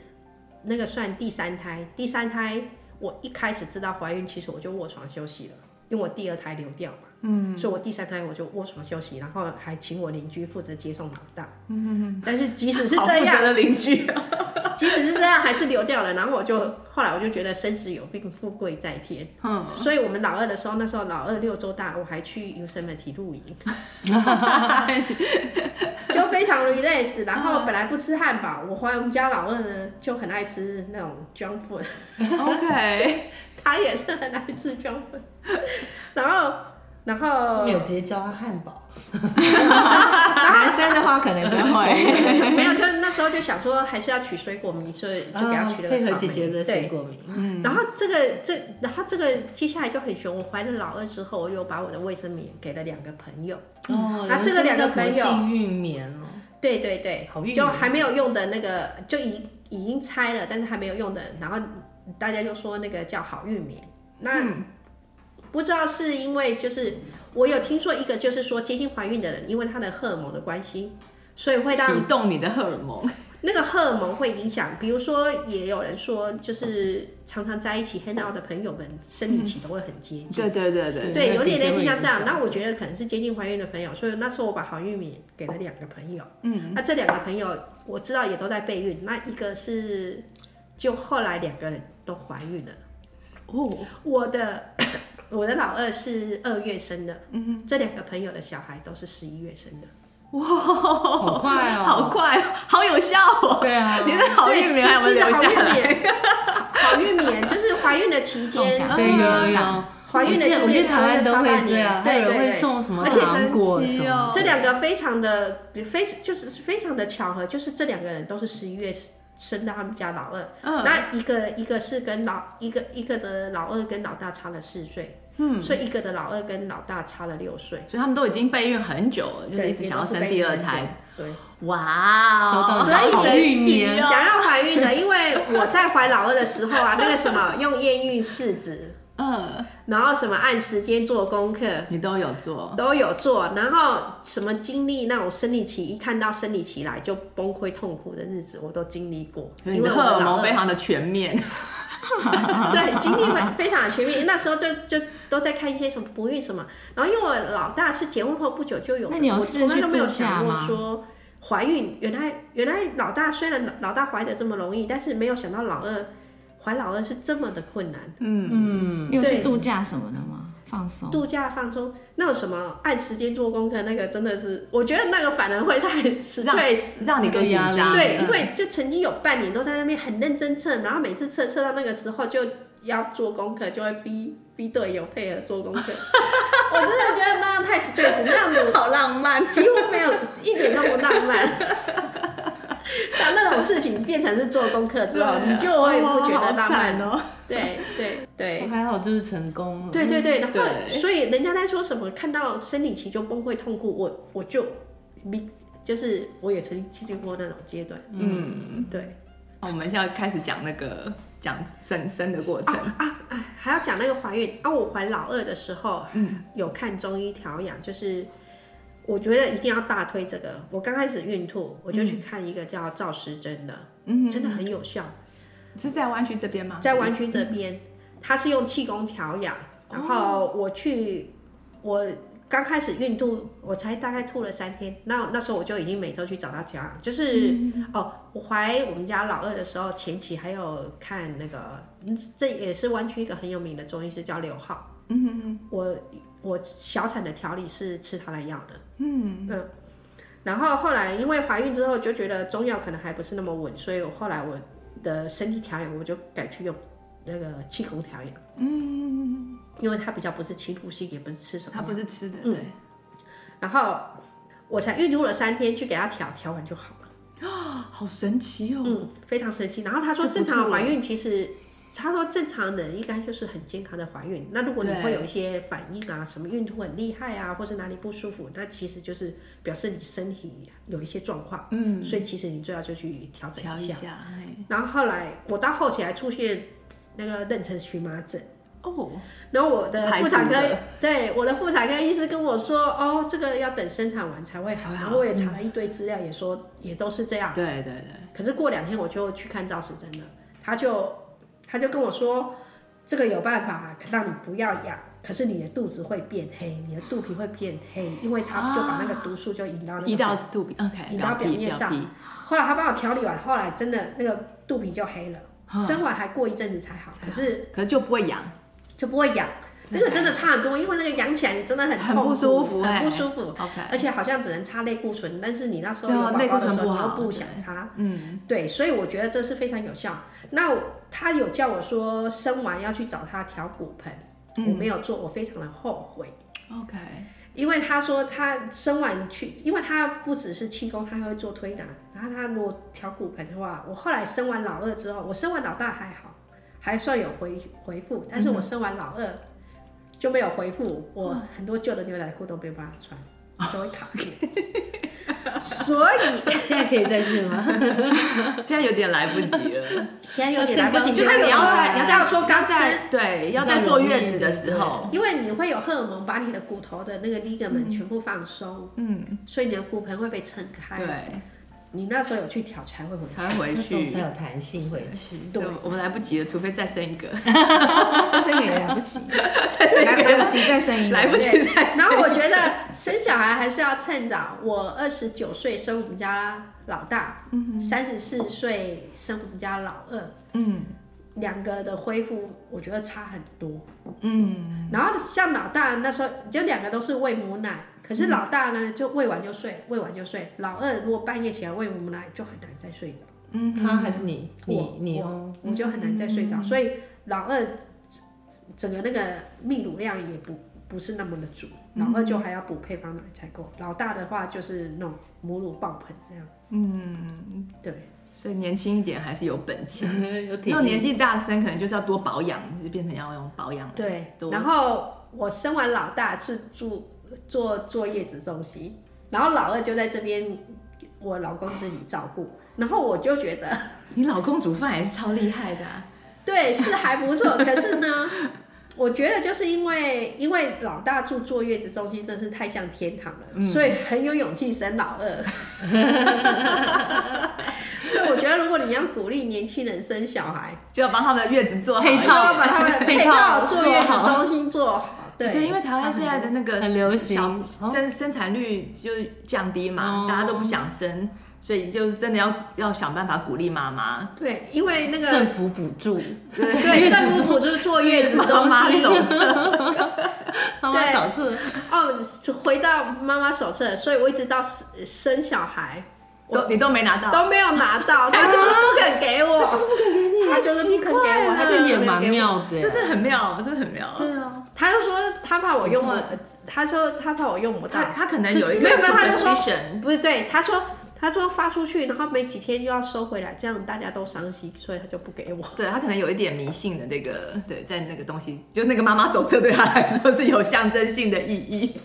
B: 那个算第三胎，第三胎我一开始知道怀孕，其实我就卧床休息了，因为我第二胎流掉嘛，嗯，所以我第三胎我就卧床休息，然后还请我邻居负责接送老大，嗯，但是即使 是
E: 好
B: 这
E: 负责
B: 样，
E: 的邻 居，
B: 即使是这样还是流掉了，然后我就后来我就觉得生死有病，富贵在天，嗯，所以我们老二的时候，那时候老二六周大，我还去 Yosemite 露 营。就非常 relax。然
C: 嗯
B: 后本来不吃汉堡，我怀我们家老二呢就很爱吃那种 junk food，
E: OK，
B: 他也是很爱吃 junk food。然后，然后
C: 没有直接教他汉堡。男生的话可能不会，
B: 没有，就是那时候就想说还是要取水果名，所以就给他取了个
C: 啊配
B: 草
C: 合
B: 莓。
C: 姐姐的水
B: 对，
C: 果名，
B: 然后这个这，然后这个接下来就很悬。我怀了老二之后，我又把我的卫生棉给了两个朋友。
C: 哦
B: 那这个两个朋友
C: 人生叫什么幸运棉哦，
B: 对对对
C: 好运，啊
B: 就
C: 人
B: 还没有用的那个，就已已经拆了，但是还没有用的，然后大家就说那个叫好运棉。那、
C: 嗯
B: 不知道是因为就是我有听说一个就是说接近怀孕的人，因为他的荷尔蒙的关系，所 以会
E: 启
B: 让
E: 动你的荷尔蒙，
B: 那个荷尔蒙会影响。比如说，也有人说就是常常在一起 hang out 的朋友们，生理期都会很接近。
E: 对对对对，
B: 对，
C: 那
B: 有点
C: 的确
B: 类似
C: 会
B: 像这样
C: 影。响
B: 那我觉得可能是接近怀孕的朋友，所以那时候我把好玉米给了两个朋友。嗯，那这两个朋友我知道也都在备孕，那一个是就后来两个人都怀孕了。
E: 哦，
B: 我的 我的老二是二月生的，嗯，这两个朋友的小孩都是十一月生的。
C: 好快哦，
E: 好，快，好有效哦，
C: 对啊
E: 你的好运
B: 对
E: 棉还
B: 实
E: 没
B: 际的
E: 留
B: 好
E: 下
B: 玉
E: 来，
B: 米， 好玉米就是怀孕的期间，
C: 对
E: 嗯
C: 啊有有。
B: 怀孕的
C: 我记得我
B: 期
C: 记
B: 间
C: 得台湾都会这样，
B: 差半年
C: 还
B: 对
C: 有人
B: 对
C: 会
B: 对
C: 送什么
B: 而且
C: 糖果
E: 神奇
C: 什
E: 哦
C: 么
B: 这两个非常的非就是非常的巧合，就是这两个人都是十一月生到他们家老二，
E: 嗯
B: 那一个一个是跟老一个一个的老二跟老大差了四岁，嗯，所以一个的老二跟老大差了六岁，
E: 所以他们都已经备孕很久了，就是
B: 对
E: 一直想要生第二胎，，
B: 也都是被
E: 哇
A: 啊
E: 哦，
C: 收到
B: 所以哦
C: 好啊
E: 神
C: 运
E: 奇
B: 对，
C: 棉，
B: 想要怀孕的，因为我在怀老二的时候啊，那个什么用验孕试纸，
E: 嗯，
B: 然后什么按时间做功课，
E: 你都有
C: 哦
E: 做，
B: 都有做，然后什么经历那种生理期，一看到生理期来就崩溃痛苦的日子，我都经历过。
E: 你
C: 哎
B: 因为
E: 的
B: 我
E: 荷尔蒙
B: 老
E: 非常的全面，
B: 二对，经历非非常的全面。那时候就就都在看一些什么不孕什么，然后因为我老大是结婚后不久就有的，
C: 那你有
B: 我
C: 试
B: 从来
C: 去
B: 都没有
C: 度假
B: 想过
C: 吗
B: 说怀孕。原来原来老大虽然老老大怀的这么容易，但是没有想到老二怀老二是这么的困难。
D: 嗯，有
B: 对
D: 去度假什么的吗？放松。
B: 度假放松，那有什么按时间做功课？那个真的是，我觉得那个反而会太 实
E: 让
B: 最
E: 让你更紧
C: 那
E: 张，
C: 个压力
B: 对，
C: 嗯
B: 因为就曾经有半年都在那边很认真测，然后每次测测到那个时候就要做功课，就会逼逼队友配合做 功课。我真的觉得那样太 stress，那样子
E: 好浪漫，
B: 几乎没有一点都不浪漫。 把那种事情变成是做功课之后，
E: 啊
B: 你就会不觉得浪漫。
E: 哦。嗯
B: 对对
C: 我
B: 对
C: 还好就是成功了。
B: 对对对，然后
E: 对
B: 所以人家在说什么看到生理期就崩溃痛苦，我我就。就是我也曾经经历过那种阶段，
E: 嗯，
B: 对。
E: 那我们现在开始讲那个讲生生的过程，
B: 哎，还要讲那个怀孕啊！我怀老二的时候，嗯，有看中医调养，就是我觉得一定要大推这个。我刚开始孕吐，我就去看一个叫赵时珍的，嗯，真的很有效。
E: 是在湾区这边吗？
B: 在湾区这边，他是用气功调养，然后我去，我刚开始孕吐，我才大概吐了三天，那那时候我就已经每周去找他调养，就是、哦，我怀我们家老二的时候，前期还有看那个，嗯这也是湾区一个很有名的中医师叫刘浩，嗯哼，我我小产的调理是吃他的药的，嗯嗯。然后后来因为怀孕之后就觉得中药可能还不是那么稳，所以我后来我的身体调养，我就改去用那个气功调养。嗯，因为它比较不是侵入性，也不是吃什么
C: 它
B: 药。
C: 不是吃
E: 嗯
C: 的，对，
B: 然后我才孕吐了三天，去给它调，调完就好了。
E: 哦好神奇哦！
B: 嗯，非常神奇。然后他说，
E: 这不
B: 正
E: 错
B: 常的怀孕其实，他说正常人应该就是很健康的怀孕。那如果你
E: 对
B: 会有一些反应啊，什么孕吐很厉害啊，或是哪里不舒服，那其实就是表示你身体有一些状况。嗯，所以其实你最好就去
E: 嗯
B: 调整
C: 调
B: 一
C: 一
B: 下。
C: 下，
E: 哎
C: 嘿
B: 然后后来我到后期还出现那个妊娠荨麻疹，
E: 哦，
B: 然后我的
E: 排
B: 妇产
E: 毒
B: 科
E: 的
B: 对我的妇产科医师跟我说，哦，这个要等生产完才会好。
C: 才会好
B: 然后我也查了一堆资料，也说也都是这样。
C: 对对对，
B: 可是过两天我就去看赵时珍了，他就他就跟我说，这个有办法让你不要痒，可是你的肚子会变黑，你的肚皮会变黑，因为他就把那个毒素就引到那个
E: 移到肚皮，OK，
B: 引到表面上
E: 表皮
B: 后来他帮我调理完，后来真的那个肚皮就黑了，
E: 啊
B: 生完还过一阵子才好，可是
E: 可是就不会痒，
B: 就不会痒。那个真的差很多，因为那个痒起来你真的很
E: 很
B: 痛
E: 不
B: 苦
E: 舒服
B: 很
E: 哎
B: 不舒服。
E: OK
B: 而且好像只能擦类固醇，但是你那时候
E: 对
B: 有
E: 哦
B: 宝
E: 类
B: 宝
E: 固
B: 的
E: 醇
B: 时候，
E: 不
B: 你又
E: 好
B: 不想擦，嗯，对，所以我觉得这是非常有效。那我他有叫我说生完要去找他调骨盆，我没有做，我非常的后悔。
E: ，OK，
B: 因为他说他生完去，因为他不只是气功，他还会做推拿。然后他如果调骨盆的话，我后来生完老二之后，我生完老大还好，还算有回回复，但是我生完老二、就没有回复，我很多旧的牛仔裤都没有办法穿，就会卡住。所以
C: 现在可以再去吗？
E: 现在有点来不及了，
B: 现在有点来不及，
C: 就
E: 就是你要在你要在
B: 说刚生，
E: 在 对要在坐月子的时候，
B: 因为你会有荷尔蒙把你的骨头的那个 ligament 全部放松，嗯，所以你的骨盆会被撑开。
E: 对，
B: 你那时候有去挑才会回去，
E: 才回
C: 那时候
E: 去
C: 才。有弹性回去，
E: 对，我们来不及了，除非再生一 个，
D: 这生也来不及，
E: 再生
D: 来
E: 一个
D: 来不及再生一 个，
E: 来不及
B: 对
E: 再生。
B: 然后我觉得生小孩还是要趁早。我二十九岁生我们家老大，三十四岁生我们家老二，
E: 嗯
B: 两个的恢复我觉得差很多。
E: 嗯，
B: 然后像老大那时候，就两个都是喂母奶，可
E: 嗯
B: 是老大呢就喂完就睡，喂完就睡。老二如果半夜起来喂母奶，就很难再睡着。
C: 他还是你
B: 我
C: 你你
B: 我
C: 哦，
B: 我就很难再睡着，所以老二整个那个泌乳量也不不是那么的足，老二就还要补配方奶才够，老大的话就是那种母乳爆盆这样。嗯，对，
E: 所以年轻一点还是有本钱。
C: 有体
E: 如果年
C: 力，
E: 纪大生，可能就是要多保养，就是变成要用保养。
B: 嗯对
E: 多，
B: 然后我生完老大是住坐坐月子中心，然后老二就在这边我老公自己照顾，然后我就觉得。
E: 你老公煮饭也是超厉害的啊、
B: 对，是还不错。可是呢，我觉得就是因为因为老大住坐月子中心，真是太像天堂了，所以很有勇气生老二。 所以我觉得，如果你要鼓励年轻人生小孩，
E: 就要帮他们的月子做好
C: 配
B: 就
C: 套
B: 要把他们的配套坐月子
C: 做好
B: 中心做好。对，
E: 对，因为台湾现在的那个
C: 很流行
E: 小生生产率就是降低嘛，
C: 哦
E: 大家都不想生，所以就真的要要想办法鼓励妈妈。
B: 对，因为那
C: 政
B: 个
C: 府补助，
B: 对政府补助坐月子
E: 妈
B: 中
E: 妈
B: 心
E: 手册，
C: 妈妈少数
B: 哦，回到妈妈手册，所以我一直到生生小孩
E: 都你都没拿 到，
B: 都没有拿到，他就是不肯给我，他就是不肯给你，他就是不肯给我，他就
C: 这
B: 是
C: 也
B: 不肯
C: 蛮
B: 给我。
C: 妙的，
E: 真的很妙，真的很妙。
B: 他就说他怕我用不
C: 很快，
B: 他说他怕我用不到
E: 他，他可能有一
B: 没
E: 个
B: 有没有，他就
E: superstition，
B: 说不是对，他说他说发出去，然后没几天又要收回来，这样大家都伤心，所以他就不给我。
E: 对他可能有一点迷信的那个，对，在那个东西，就那个妈妈手册对他来说是有象征性的意义，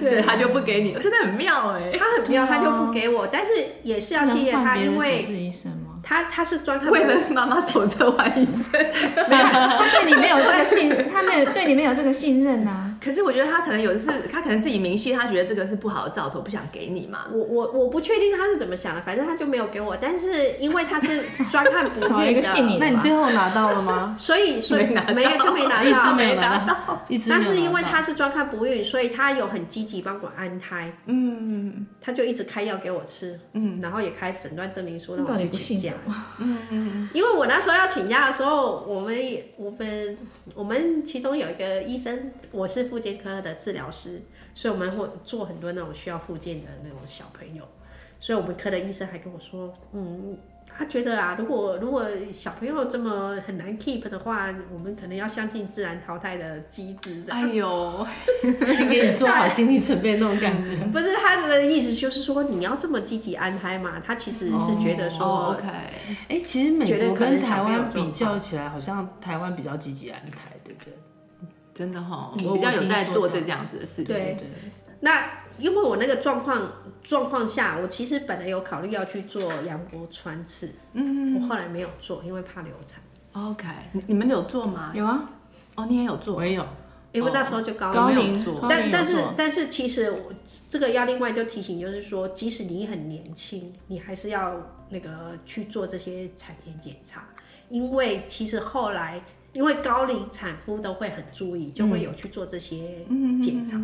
E: 所以他就不给你，真的很妙哎、
B: 他很妙，他就不给我，但是也是要谢谢他，因为
C: 是医生吗？
B: 他他是专
E: 为了妈妈手册换医生，
D: 他对你没有这个信，他没有对你没有这个信任啊呐、
E: 可是我觉得他可能有的是，他可能自己明细，他觉得这个是不好的兆头，不想给你嘛。
B: 我我我不确定他是怎么想的，反正他就没有给我。但是因为他是专看不
D: 找一
B: 孕
D: 个信
B: 的，
D: 你的
C: 那你
D: 吧
C: 最后拿到了吗？
B: 所以所以
E: 没拿到
B: 没有就没拿
C: 一直
B: 到。
C: 没有拿到，一直没
B: 但
C: 有拿到
B: 是因为他是专看不孕，所以他有很积极帮我安胎，
E: 嗯，
B: 他就一直开药给我吃，嗯，然后也开诊断证明书让
D: 到
B: 我
D: 底
B: 去
D: 不信
B: 请假嗯
D: 什。
B: 因为我那时候要请假的时候，我们也我们我们其中有一个医生，我是妇健科的治疗师，所以我们会做很多那种需要复健的那种小朋友，所以我们科的医生还跟我说，嗯，他觉得啊，如果如果小朋友这么很难 keep 的话，我们可能要相信自然淘汰的机制。这样
E: 哎呦，
C: 先 给你做好心理准备那种感 觉。
B: 不是他的意思，就是说你要这么积极安胎嘛？他其实是觉得说，
E: 哦，OK，
C: 哎，其实美
B: 觉得
C: 国
B: 可能
C: 跟台
B: 小
C: 湾
B: 朋友
C: 比
B: 状
C: 较起来，好像台湾比较积极安排，对不对？
E: 真的哈、
C: 嗯
E: 你比较有在做
C: 我
E: 这这
C: 听说
E: 样子的事情。
B: 对
C: 对，
B: 那因为我那个状况状况下，我其实本来有考虑要去做羊膜穿刺，嗯，我后来没有做，因为怕流产，
E: OK，你你们有做吗？
D: 有啊，
E: 哦，你也有做
C: 我，也有。
B: 因为那时候就哦高
E: 高
B: 龄。
E: 龄
D: 龄
E: 做
B: 但但是但是，其实我这个要另外就提醒，就是说，即使你很年轻，你还是要那个去做这些产前检查，因为其实后来因为高龄产妇都会很注意，就会有去做这些
D: 嗯
B: 检查。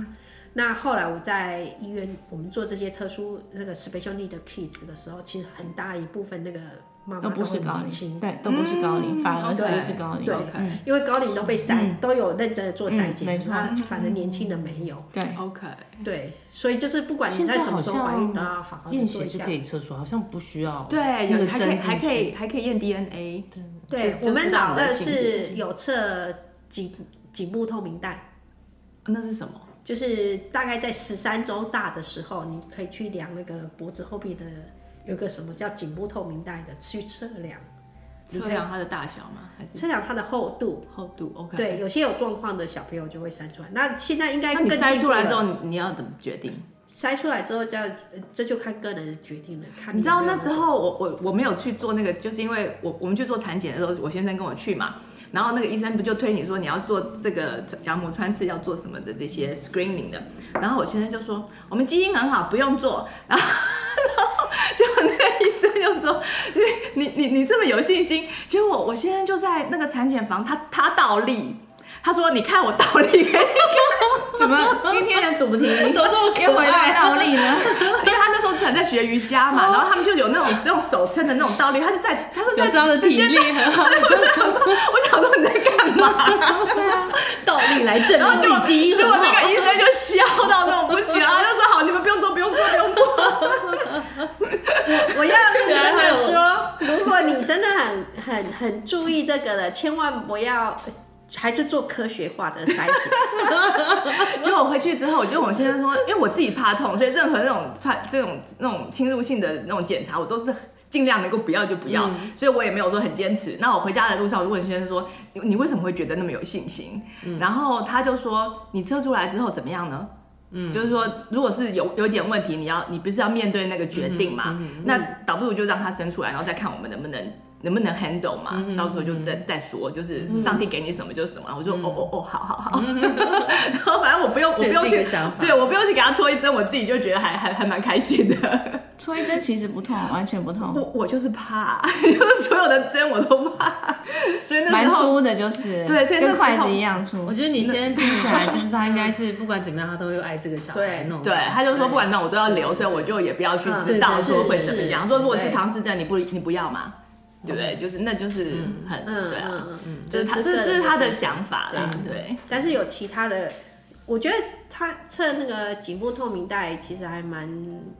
B: 那后来我在医院，我们做这些特殊那个 special need kids 的时候，其实很大一部分那个妈
D: 都
B: 妈
D: 不是
B: 很
D: 高
B: 年
D: 龄，
B: 轻，
D: 对，都不是高龄，反而
B: 对
D: 不是高龄，
B: 对，因为高龄都被筛，都有认真的做筛
D: 嗯没
B: 检，
D: 错
B: 那反正年轻的没有。
D: 对，
E: OK，
B: 对，所以就是不管你在什么时候怀孕都要好好地
C: 验
B: 做
C: 血
B: 一
C: 就
B: 下
C: 可。以测出，好像不需要
E: 对，
C: 那
E: 有
C: 个
E: 还可以
C: 针
E: 还
C: 进
E: 可
C: 去。
E: 以还可以验 DNA，
B: 对
E: 就就
B: 我们
E: 知道
B: 老
E: 你的
B: 二
E: 性
B: 是有测颈颈部透明带，
E: 哦那是什么？
B: 就是大概在十三周大的时候，你可以去量那个脖子后边的有个什么叫颈部透明带的，去测量，你
E: 测
B: 可以
E: 量它的大小吗？还是
B: 测量它的厚度。
E: 厚度？OK，
B: 对，有些有状况的小朋友就会筛出来。那现在应该
E: 那
B: 更
E: 你筛
B: 进
E: 出
B: 步
E: 来
B: 了
E: 之后，你你要怎么决定？
B: 筛出来之后就要，呃这就看个人决定了。看
E: 你知道
B: 有没
E: 那
B: 有
E: 时候我我我没有去做那个，就是因为我我们去做产检的时候，我先生跟我去嘛，然后那个医生不就推你说你要做这个羊膜穿刺要做什么的这些 screening 的，然后我先生就说我们基因很好，不用做，然后然后就那个医生就说你你你你这么有信心，结果我先生就在那个产检房，他他倒立。他说：“你看我倒立给你
D: 怎么今天的主题怎么这么又回来倒立 呢？
E: 因为他那时候可能在学瑜伽嘛，然后他们就有那种只用手撑的那种倒立，他就在，他就在
C: 哦有时候的
E: 直
C: 体
E: 接
C: 力很好，
E: 我说，我想说你在干 嘛？
D: 啊
C: 倒立来证
E: 然后
C: 明
E: 结
C: 自
E: 果
C: 己基因
E: 结
C: 很
E: 果那
C: 好
E: 个。医生就笑到那种不行啊，他就说好，你们不用做，不用做，不用做。
B: 我要认真的说，如果你真的很很很注意这个的，千万不要，还是做科学化的筛检。
E: 结果我回去之后，我就跟我先生说，因为我自己怕痛，所以任何那种穿这种那种侵入性的那种检查，我都是。尽量能够不要就不要，所以我也没有说很坚持。那我回家的路上，我就问先生说：“你你为什么会觉得那么有信心？”然后他就说：“你测出来之后怎么样呢？”嗯，就是说，如果是有有点问题，你要你不是要面对那个决定
C: 嗯
E: 嘛？那倒不如就让它生出来，然后再看我们能不能能不能 handle 嘛？
C: 嗯
E: 到时候就再再说，就是上帝给你什么就是什么。我就、哦哦哦，好好好。然后反正我不用，我
C: 嗯这
E: 不
C: 也
E: 用
C: 是一
E: 去
C: 个想法
E: 对我不用去给他戳一针，我自己就觉得还还还蛮开心 的。
D: 戳一针其实不痛，完全不
E: 我
D: 痛，
E: 我就是怕， 就是所有的针我都怕，所以那时
D: 蛮
E: 候
D: 粗的，就是
E: 对所以那
D: 跟
E: 时候
D: 筷子一样粗
C: 我。觉得你先听起来，就是他应该是不管怎么样，他都会爱这个小孩
B: 对
C: 那种
E: 对
C: 感觉。，
E: 他就说不管那我都要留，所以我就也不要去知道
C: 嗯
E: 说会
B: 是
E: 怎么
B: 是
E: 样。说如果是
B: 对
E: 唐氏症，你不你不要嘛，对不对？就是那就是很
B: 嗯
E: 对啊，
B: 嗯嗯，
E: 这是他
B: 个
E: 这
B: 人
E: 这是他的想法啦，
B: 嗯
E: 对。
B: 但是有其他的，我觉得他测那个颈部透明带其实还蛮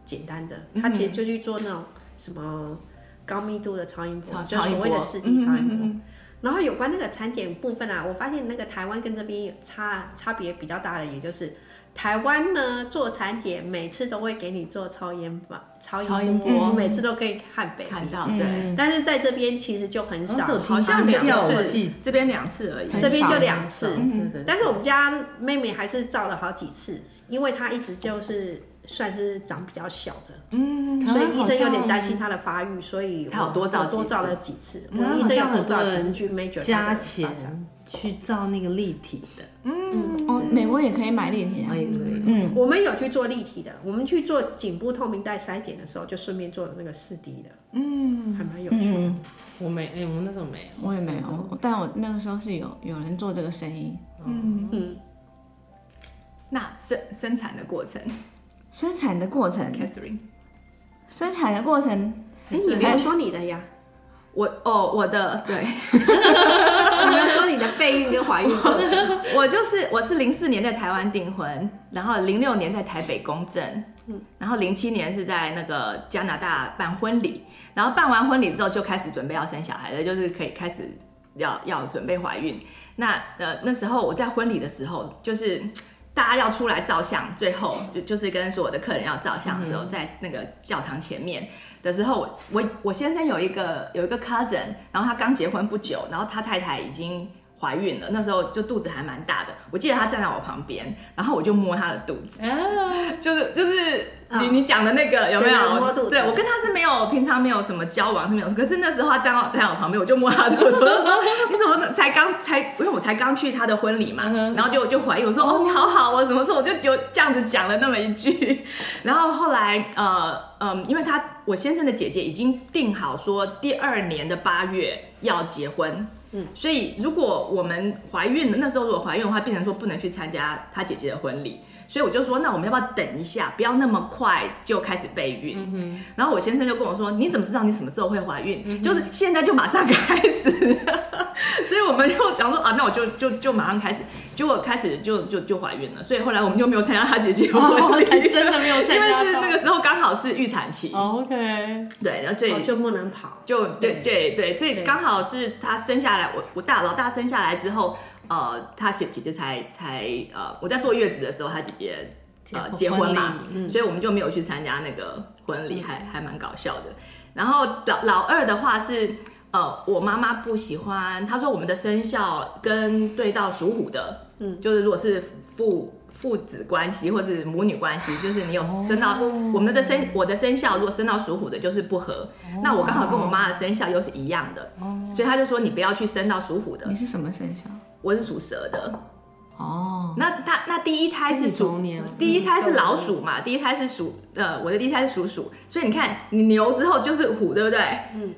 B: 简单的，
E: 嗯
B: 他其实就去做那种什么高密度的超音波，
E: 超
B: 就所谓
E: 超音波
B: 的视地超音波。
E: 嗯嗯嗯
B: 然后有关那个产检部分啊，我发现那个台湾跟这边有差差别比较大的，也就是台湾呢做产检每次都会给你做超音波，超
C: 超
B: 音
C: 音
B: 波，
C: 波
B: 你每次都可以看 baby，
E: 看到
D: 嗯
E: 对，
B: 但是在这边其实就很少，
C: 哦这我听
E: 好像
C: 心
E: 两
C: 跳
E: 次
C: 器，
E: 这边两次而已。
B: 这边就两次
C: 很少嗯对对对。
B: 但是我们家妹妹还是照了好几次，因为她一直就是算是长比较小的，
E: 嗯，
B: 所以医生有点担心她的发育，所以我
E: 她有多照几次嗯
B: 我多照了几次。我
C: 台湾
B: 们医
C: 好
B: 生
C: 像
B: 有多照，
C: 很多
B: 其
C: 人
B: 实去 major
C: 加
B: 她的发展
C: 钱去照那个立体的，哎
D: 哦，美国也可以买立体啊
C: 可。以可以。
D: 嗯，
B: 我们有去做立体的，我们去做颈部透明带筛检的时候，就顺便做了那个四 D 的，嗯，还蛮有趣的。
C: 我没，哎，我们那时候没有。
D: 我也没有，但我那个时候是有有人做这个生意，
E: 嗯
B: 嗯
E: 那生生产的过程
D: 生产的过程，
E: ，Catherine，
D: 生产的过程
B: 哎、你没有说你的 呀，
E: 我哦，我的对，
B: 你没有说你的备孕跟怀孕过程。
E: 我就是我是零四年在台湾订婚，然后零六年在台北公证，然后零七年是在那个加拿大办婚礼，然后办完婚礼之后就开始准备要生小孩了，就是可以开始要要准备怀孕。那呃那时候我在婚礼的时候，就是大家要出来照相，最后就就是跟所有的客人要照相的时候，在那个教堂前面的时候，我我我先生有一个有一个 cousin，然后他刚结婚不久，然后他太太已经。怀孕了，那时候就肚子还蛮大的。我记得他站在我旁边，然后我就摸他的肚子，
C: 啊，
E: 就是就是
B: 嗯
E: 你你讲的那个有没
B: 对对摸肚
E: 有？
B: 子
E: 对我跟他是没有平常没有什么交往是没有，可是那时候他站到站在我旁边，我就摸他的肚子，我就说 你怎么才刚才因为我才刚去他的婚礼嘛
C: 嗯，哼
E: 然后就就怀疑我说哦你好好哦什么时候我就有这样子讲了那么一句，然后后来呃嗯，因为他我先生的姐姐已经定好说第二年的八月要结婚。嗯，所以如果我们怀孕的那时候，如果怀孕的话，变成说不能去参加他姐姐的婚礼，所以我就说，那我们要不要等一下，不要那么快就开始备孕？
C: 嗯
E: 然后我先生就跟我说，你怎么知道你什么时候会怀孕？就是现在就马上开始， 所以我们又讲说啊，那我就就就马上开始，结果开始就就就怀孕了，所以后来我们就没有参加他姐姐的婚
C: 哦
E: 礼，
C: 还真的没有 参
E: 因为
C: 加
E: 是
C: 到
E: 那个时候刚好是预产期，
C: 哦 OK，
E: 对，然后最
B: 哦就不能 跑，
E: 就对对对，所以
B: 对
E: 刚好是他生下来，我我大老大生下来之后，呃，他姐姐姐才才呃，我在坐月子的时候，他姐姐呃
C: 结
E: 结
C: 婚
E: 婚嘛
C: 婚，
E: 所以我们就没有去参加那个婚礼，还还蛮搞笑的。然后老老二的话是呃，我妈妈不喜欢，她说我们的生肖跟对到属虎的，嗯，就是如果是父父子关系或是母女关系，就是你有生到、我们的生我的生肖，如果生到属虎的，就是不合。那我刚好跟我妈的生肖又是一样的，所以她就说你不要去生到属虎的
D: 你。是什么生啊肖？
E: 我是属蛇的，
D: 哦，
E: 那她那第一胎是
C: 是
E: 属
C: 鼠年，
E: 第一胎是老鼠嘛，第一胎是鼠，呃，我的第一胎是属鼠，所以你看你牛之后就是虎，对不对？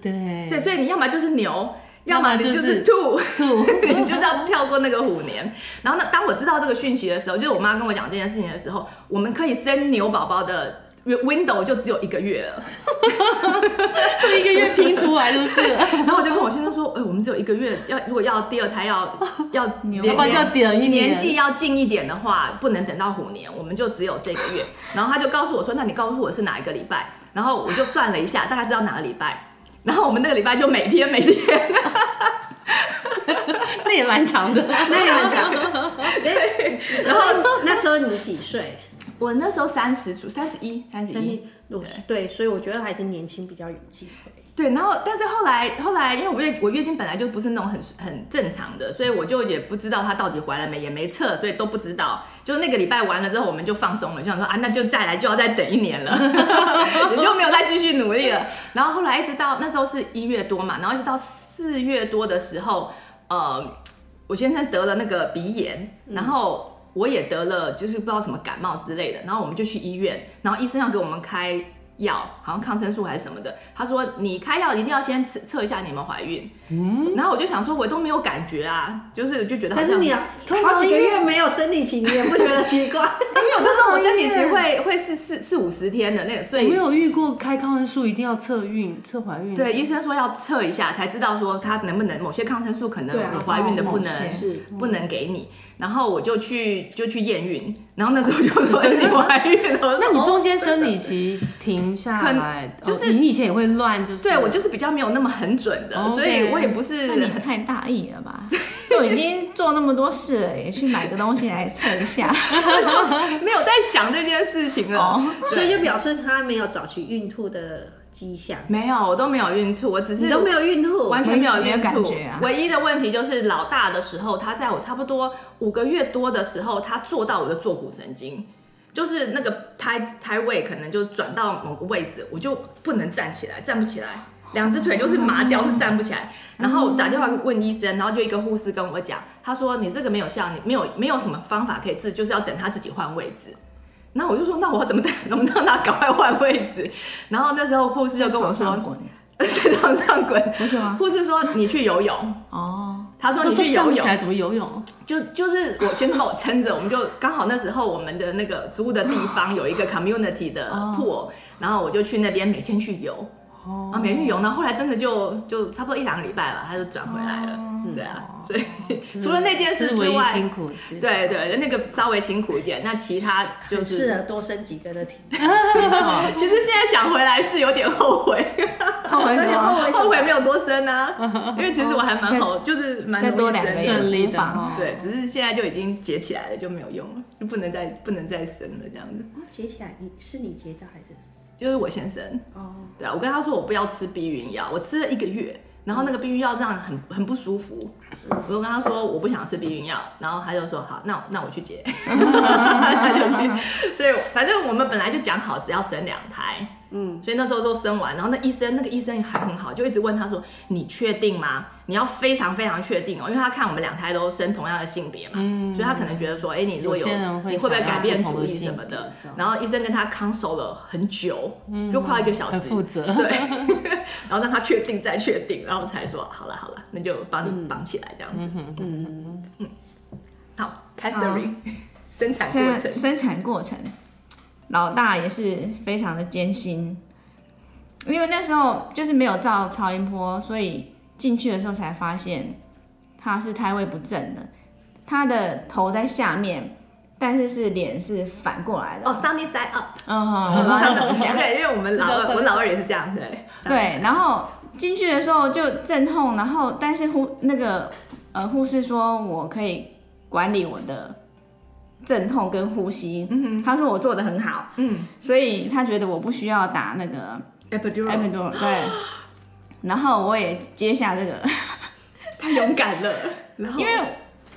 C: 对
E: 对，所以你要么就是牛，要
C: 要么
E: 么你就
C: 就是是
E: 兔，
C: 兔
E: 你就是要跳过那个虎年。然后呢，当我知道这个讯息的时候，就是我妈跟我讲这件事情的时候，我们可以生牛宝宝的 window 就只有一个月了。
C: 这一个月拼出来 就是了，
E: 然后我就跟我先生说，哎、 我们只有一个月，要如果要第二胎 要要
D: 牛
E: 年
C: 要不然就要点一年
E: 年纪要近一点的话，不能等到虎年，我们就只有这个月。然后他就告诉我说，那你告诉我是哪一个礼拜？然后我就算了一下，大概知道哪个礼拜。然后我们那个礼拜就每天每天。
C: 那也蛮长的，
B: 那也很长。哎然后那时候你几岁？
E: 我那时候三十出，三十一，三十
B: 但是
E: 一。
B: 我对，所以我觉得还是年轻比较有机会。
E: 对，然后但是后来后来，因为我月我月经本来就不是那种很很正常的，所以我就也不知道她到底怀了没，也没测，所以都不知道。就那个礼拜完了之后，我们就放松了，就想说啊，那就再来就要再等一年 了，也就没有再继续努力了。然后后来一直到那时候是一月多嘛，然后一直到四月多的时候，呃，我先生得了那个鼻炎，
B: 嗯
E: 然后我也得了，就是不知道什么感冒之类的，然后我们就去医院，然后医生要给我们开药，好像抗生素还是什么的，他说你开药一定要先测测一下你有没有怀孕，嗯，然后我就想说我都没有感觉啊，就是就觉得好
B: 但
E: 像
B: 是你啊好几个月没有生理期，你也不觉得奇 怪？
E: 因为有的时候我生理期会会四四四五十天的那个，所
C: 我没
E: 以。
C: 有遇过开抗生素一定要测孕、测怀孕，
E: 对，医生说要测一下，才知道说他能不能某些抗生素可能
B: 对啊
E: 怀孕的
C: 某
E: 不
C: 某
E: 能
C: 些
B: 是
E: 不能给你，然后我就去就去验孕，然后那时候就说哎你怀孕了，
C: 那你
E: 中
C: 中间生理期停下来，
E: 哦可就是
C: 哦你以前也会乱，就是
E: 对我就是比较没有那么很准的，
C: OK
E: 所以我也不是
D: 那你也太大意了吧？都已经做那么多事了，也去买个东西来测一下。
E: 没有在想这件事情了。
D: 哦
E: 对
B: 所以就表示他没有找寻孕吐的迹象，
E: 没有，我都没有孕吐，我只是
B: 你都没有孕吐，嗯
E: 完全没有
D: 没有
E: 孕
D: 感
E: 吐
D: 觉啊
E: 唯一的问题就是老大的时候，他在我差不多五个月多的时候，他做到我的坐骨神经，就是那个胎胎位可能就转到某个位置，我就不能站起来，站不起来。两只腿就是麻掉，是站不起来。然后打电话问医生，然后就一个护士跟我讲，他说你这个没有效，你没有没有什么方法可以治，就是要等他自己换位置。然后我就说，那我要怎么等？能不能让他赶快换位置？然后那时候护士就跟我说
D: 床上，滚
E: 在床上滚，
D: 不是吗？
E: 护士说你去游泳，
D: 哦，
E: 他说
C: 都
E: 你
C: 都
E: 去
C: 站
E: 游
C: 不起
E: 泳
C: 来，，怎么 游泳？
E: 就就是我先生帮我撑着，我们就刚好那时候我们的那个租的地方有一个 community 的
C: 哦
E: pool，然后我就去那边每天去游，啊每天去游，然后后来真的就就差不多一两个礼拜吧，他就转回来了，对啊，所以除了那件
C: 这
E: 事
C: 哦是
E: 之
C: 唯一
E: 外
C: 辛。苦。对，
E: 对对，那个稍微辛苦一点，那其他就
B: 很
E: 是哦
B: 适
C: 啊
B: 合多生几个的体质。
E: 其实现在想回来是有点后悔，
D: 后悔什么？
E: 后哦悔没有多生啊，因为其实我还蛮好，就是蛮
D: 哦再
E: 容
D: 多
E: 易
D: 两个
E: 生
D: 月
E: 的
C: 顺利的
D: 无妨
C: 哦
E: 对，只是现在就已经结起来了，就没有用了，就不能再不能再生了这样子。
B: 哦，结起来，你是你结扎还是？
E: 就是我先生，
B: 哦，
E: 对啊，我跟他说我不要吃避孕药，我吃了一个月，然后那个避孕药这样很很不舒服，我就跟他说我不想吃避孕药，然后他就说好，那我那我去 结，他就去，所以反正我们本来就讲好只要生两胎，嗯，所以那时候都生完，然后那医生那个医生还很好，就一直问他说你确定吗？你要非常非常确定哦，因为他看我们两胎都生同样的性别嘛，所以他可能觉得说，哎、你如果有
C: 嗯有些人会
E: 你会不会
C: 想要
E: 改变
C: 不同
E: 主
C: 的
E: 意
C: 性
E: 什么
C: 别
E: 的
C: 这样，嗯
E: 然后医生跟他 console 了很久，就快要一个小时，
C: 很负责
E: 对， 然后让他确定再确定，然后才说好了好了，那就帮你绑起来这样子。嗯嗯好，Catherine，、生产过
D: 生
E: 程
D: 生产过程，老大也是非常的艰辛，因为那时候就是没有照超音波，所以进去的时候才发现他是胎位不正的，他的头在下面，但是是脸是反过来的。
E: 哦，Sunny side up，
D: 嗯哼，
E: 哦
D: 我不知道他怎么 讲。
E: 对，因为我们老二，我们老二也是这样，对，
D: 对，然后进去的时候就阵痛，然后但是护那个呃护士说我可以管理我的阵痛跟呼吸，嗯、他说我做的很好，
E: 嗯
D: 所以他觉得我不需要打那个
E: ，epidural，
D: epidural，对。然后我也接下这个，
E: 太勇敢了，然后
D: 因为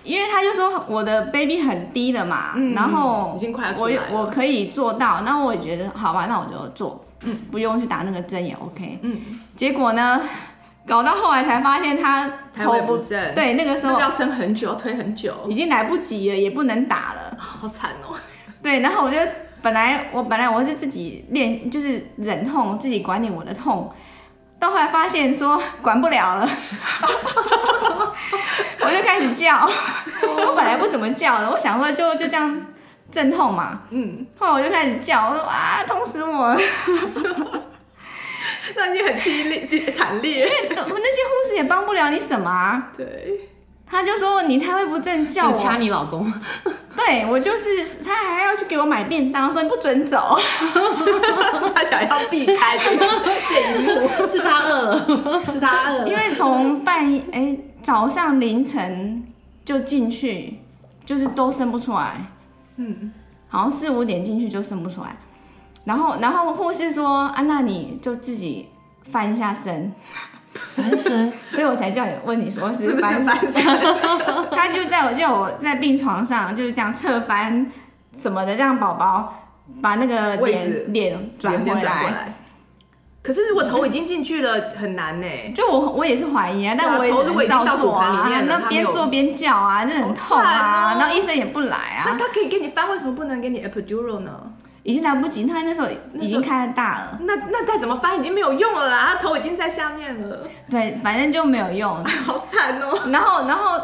D: 因为他就说我的 baby 很低的嘛，然后
E: 嗯已经快要出
D: 我
E: 来
D: 有
E: 了
D: 我可以做到，那我也觉得好吧，那我就做，不用去打那个针也 OK。
E: 嗯，
D: 结果呢，搞到后来才发现他
E: 胎
D: 头
E: 位不正，，
D: 对，那个时
E: 那
D: 候
E: 个要生很久，推很久
D: 已，经来不及了，也不能打了。
E: 好惨哦。
D: 对，然后我就本来我本来我是自己练，就是忍痛自己管理我的痛，到后来发现说管不了 了，我就开始叫。我本来不怎么叫的，我想说就就这样阵痛嘛，
E: 嗯，
D: 后来我就开始叫，我说啊，痛死我了！
E: 那你很凄厉、凄惨烈，
D: 我那些护士也帮不了你什么啊。
E: 对，
D: 他就说你胎位不正，叫
C: 有
D: 我
C: 掐你老 公，
D: 对我就是，他还要去给我买便当，说你不准走。
E: 他想要避 开这个这一幕，
C: 是他饿 了，
B: 是他饿
D: 因
B: 了，
D: 为从半夜哎、早上凌晨就进去，就是都生不出来，
E: 嗯，
D: 好像四五点进去就生不出来。然后然后护士说啊，那你就自己翻一下身，
C: 男神
D: 所以我才叫你问你 说
E: 是
D: 是
E: 不是
D: 翻身。
E: 翻身？
D: 他就在我叫我在病床上就是这样侧翻什么的，让宝宝把那个
E: 位置
D: 脸脸转回来。。
E: 可是如果头已经进去了，很难呢、
D: 就我我也是怀疑啊，但我也
E: 头如
D: 只
E: 果
D: 能
E: 已经
D: 照
E: 到
D: 做
E: 骨盆里
D: 啊
E: 面，了
D: 那
E: 它没
D: 边
E: 有
D: 做边叫啊，那很痛啊
E: 好惨，哦
D: 然后医生也不来啊
E: 那，他可以给你翻，为什么不能给你 epidural 呢？
D: 已经来不及，他那时候
E: 那
D: 已
E: 时
D: 经
E: 候
D: 开得大了，
E: 那那再怎么翻已经没有用了啦，他头已经在下面 了，
D: 对，反正就没有用。
E: 好惨 哦、
D: 然后然后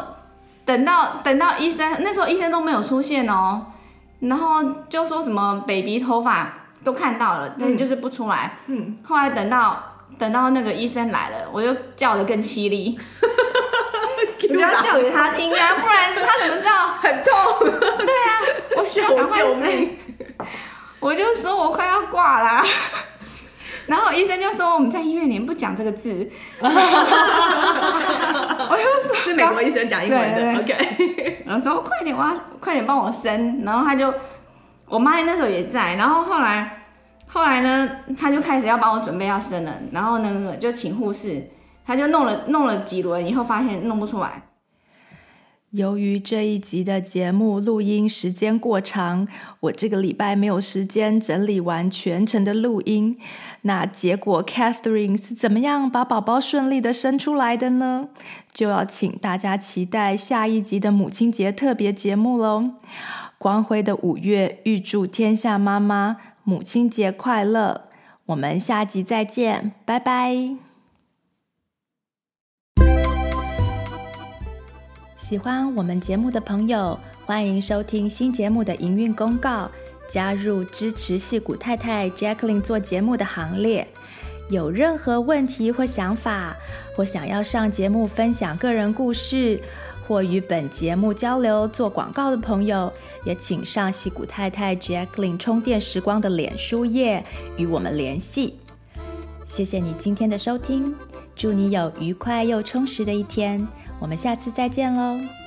D: 等到等到医生那时候医生都没有出现哦，然后就说什么 baby 头发都看到了，但是就是不出来。
E: 嗯，
D: 后来等到等到那个医生来了，我就叫得更 凄厉，我就要叫给他听啊，不然他怎么知道？ 啊
E: 很痛，
D: 我需要赶快
E: 救
D: 睡。我就说我快要挂啦、然后医生就说我们在医院里面不讲这个 字， 我就说
E: 是美国医生讲英文的
D: 对
E: ，OK，
D: 然后说快点，我要快点帮我生。然后他就，我妈那时候也在。然后后来，后来呢，他就开始要帮我准备要生了。然后呢，就请护士，他就弄了弄了几轮，以后发现弄不出来。
A: 由于这一集的节目录音时间过长，我这个礼拜没有时间整理完全程的录音。那结果 Catherine 是怎么样把宝宝顺利的生出来的呢？就要请大家期待下一集的母亲节特别节目喽！光辉的五月，预祝天下妈妈母亲节快乐！我们下集再见，拜拜。喜欢我们节目的朋友，欢迎收听新节目的营运公告，加入支持戏骨太太 Jacqueline 做节目的行列。有任何问题或想法，或想要上节目分享个人故事，或与本节目交流做广告的朋友，也请上戏骨太太 Jacqueline 充电时光的脸书页与我们联系。谢谢你今天的收听，祝你有愉快又充实的一天。我们下次再见喽。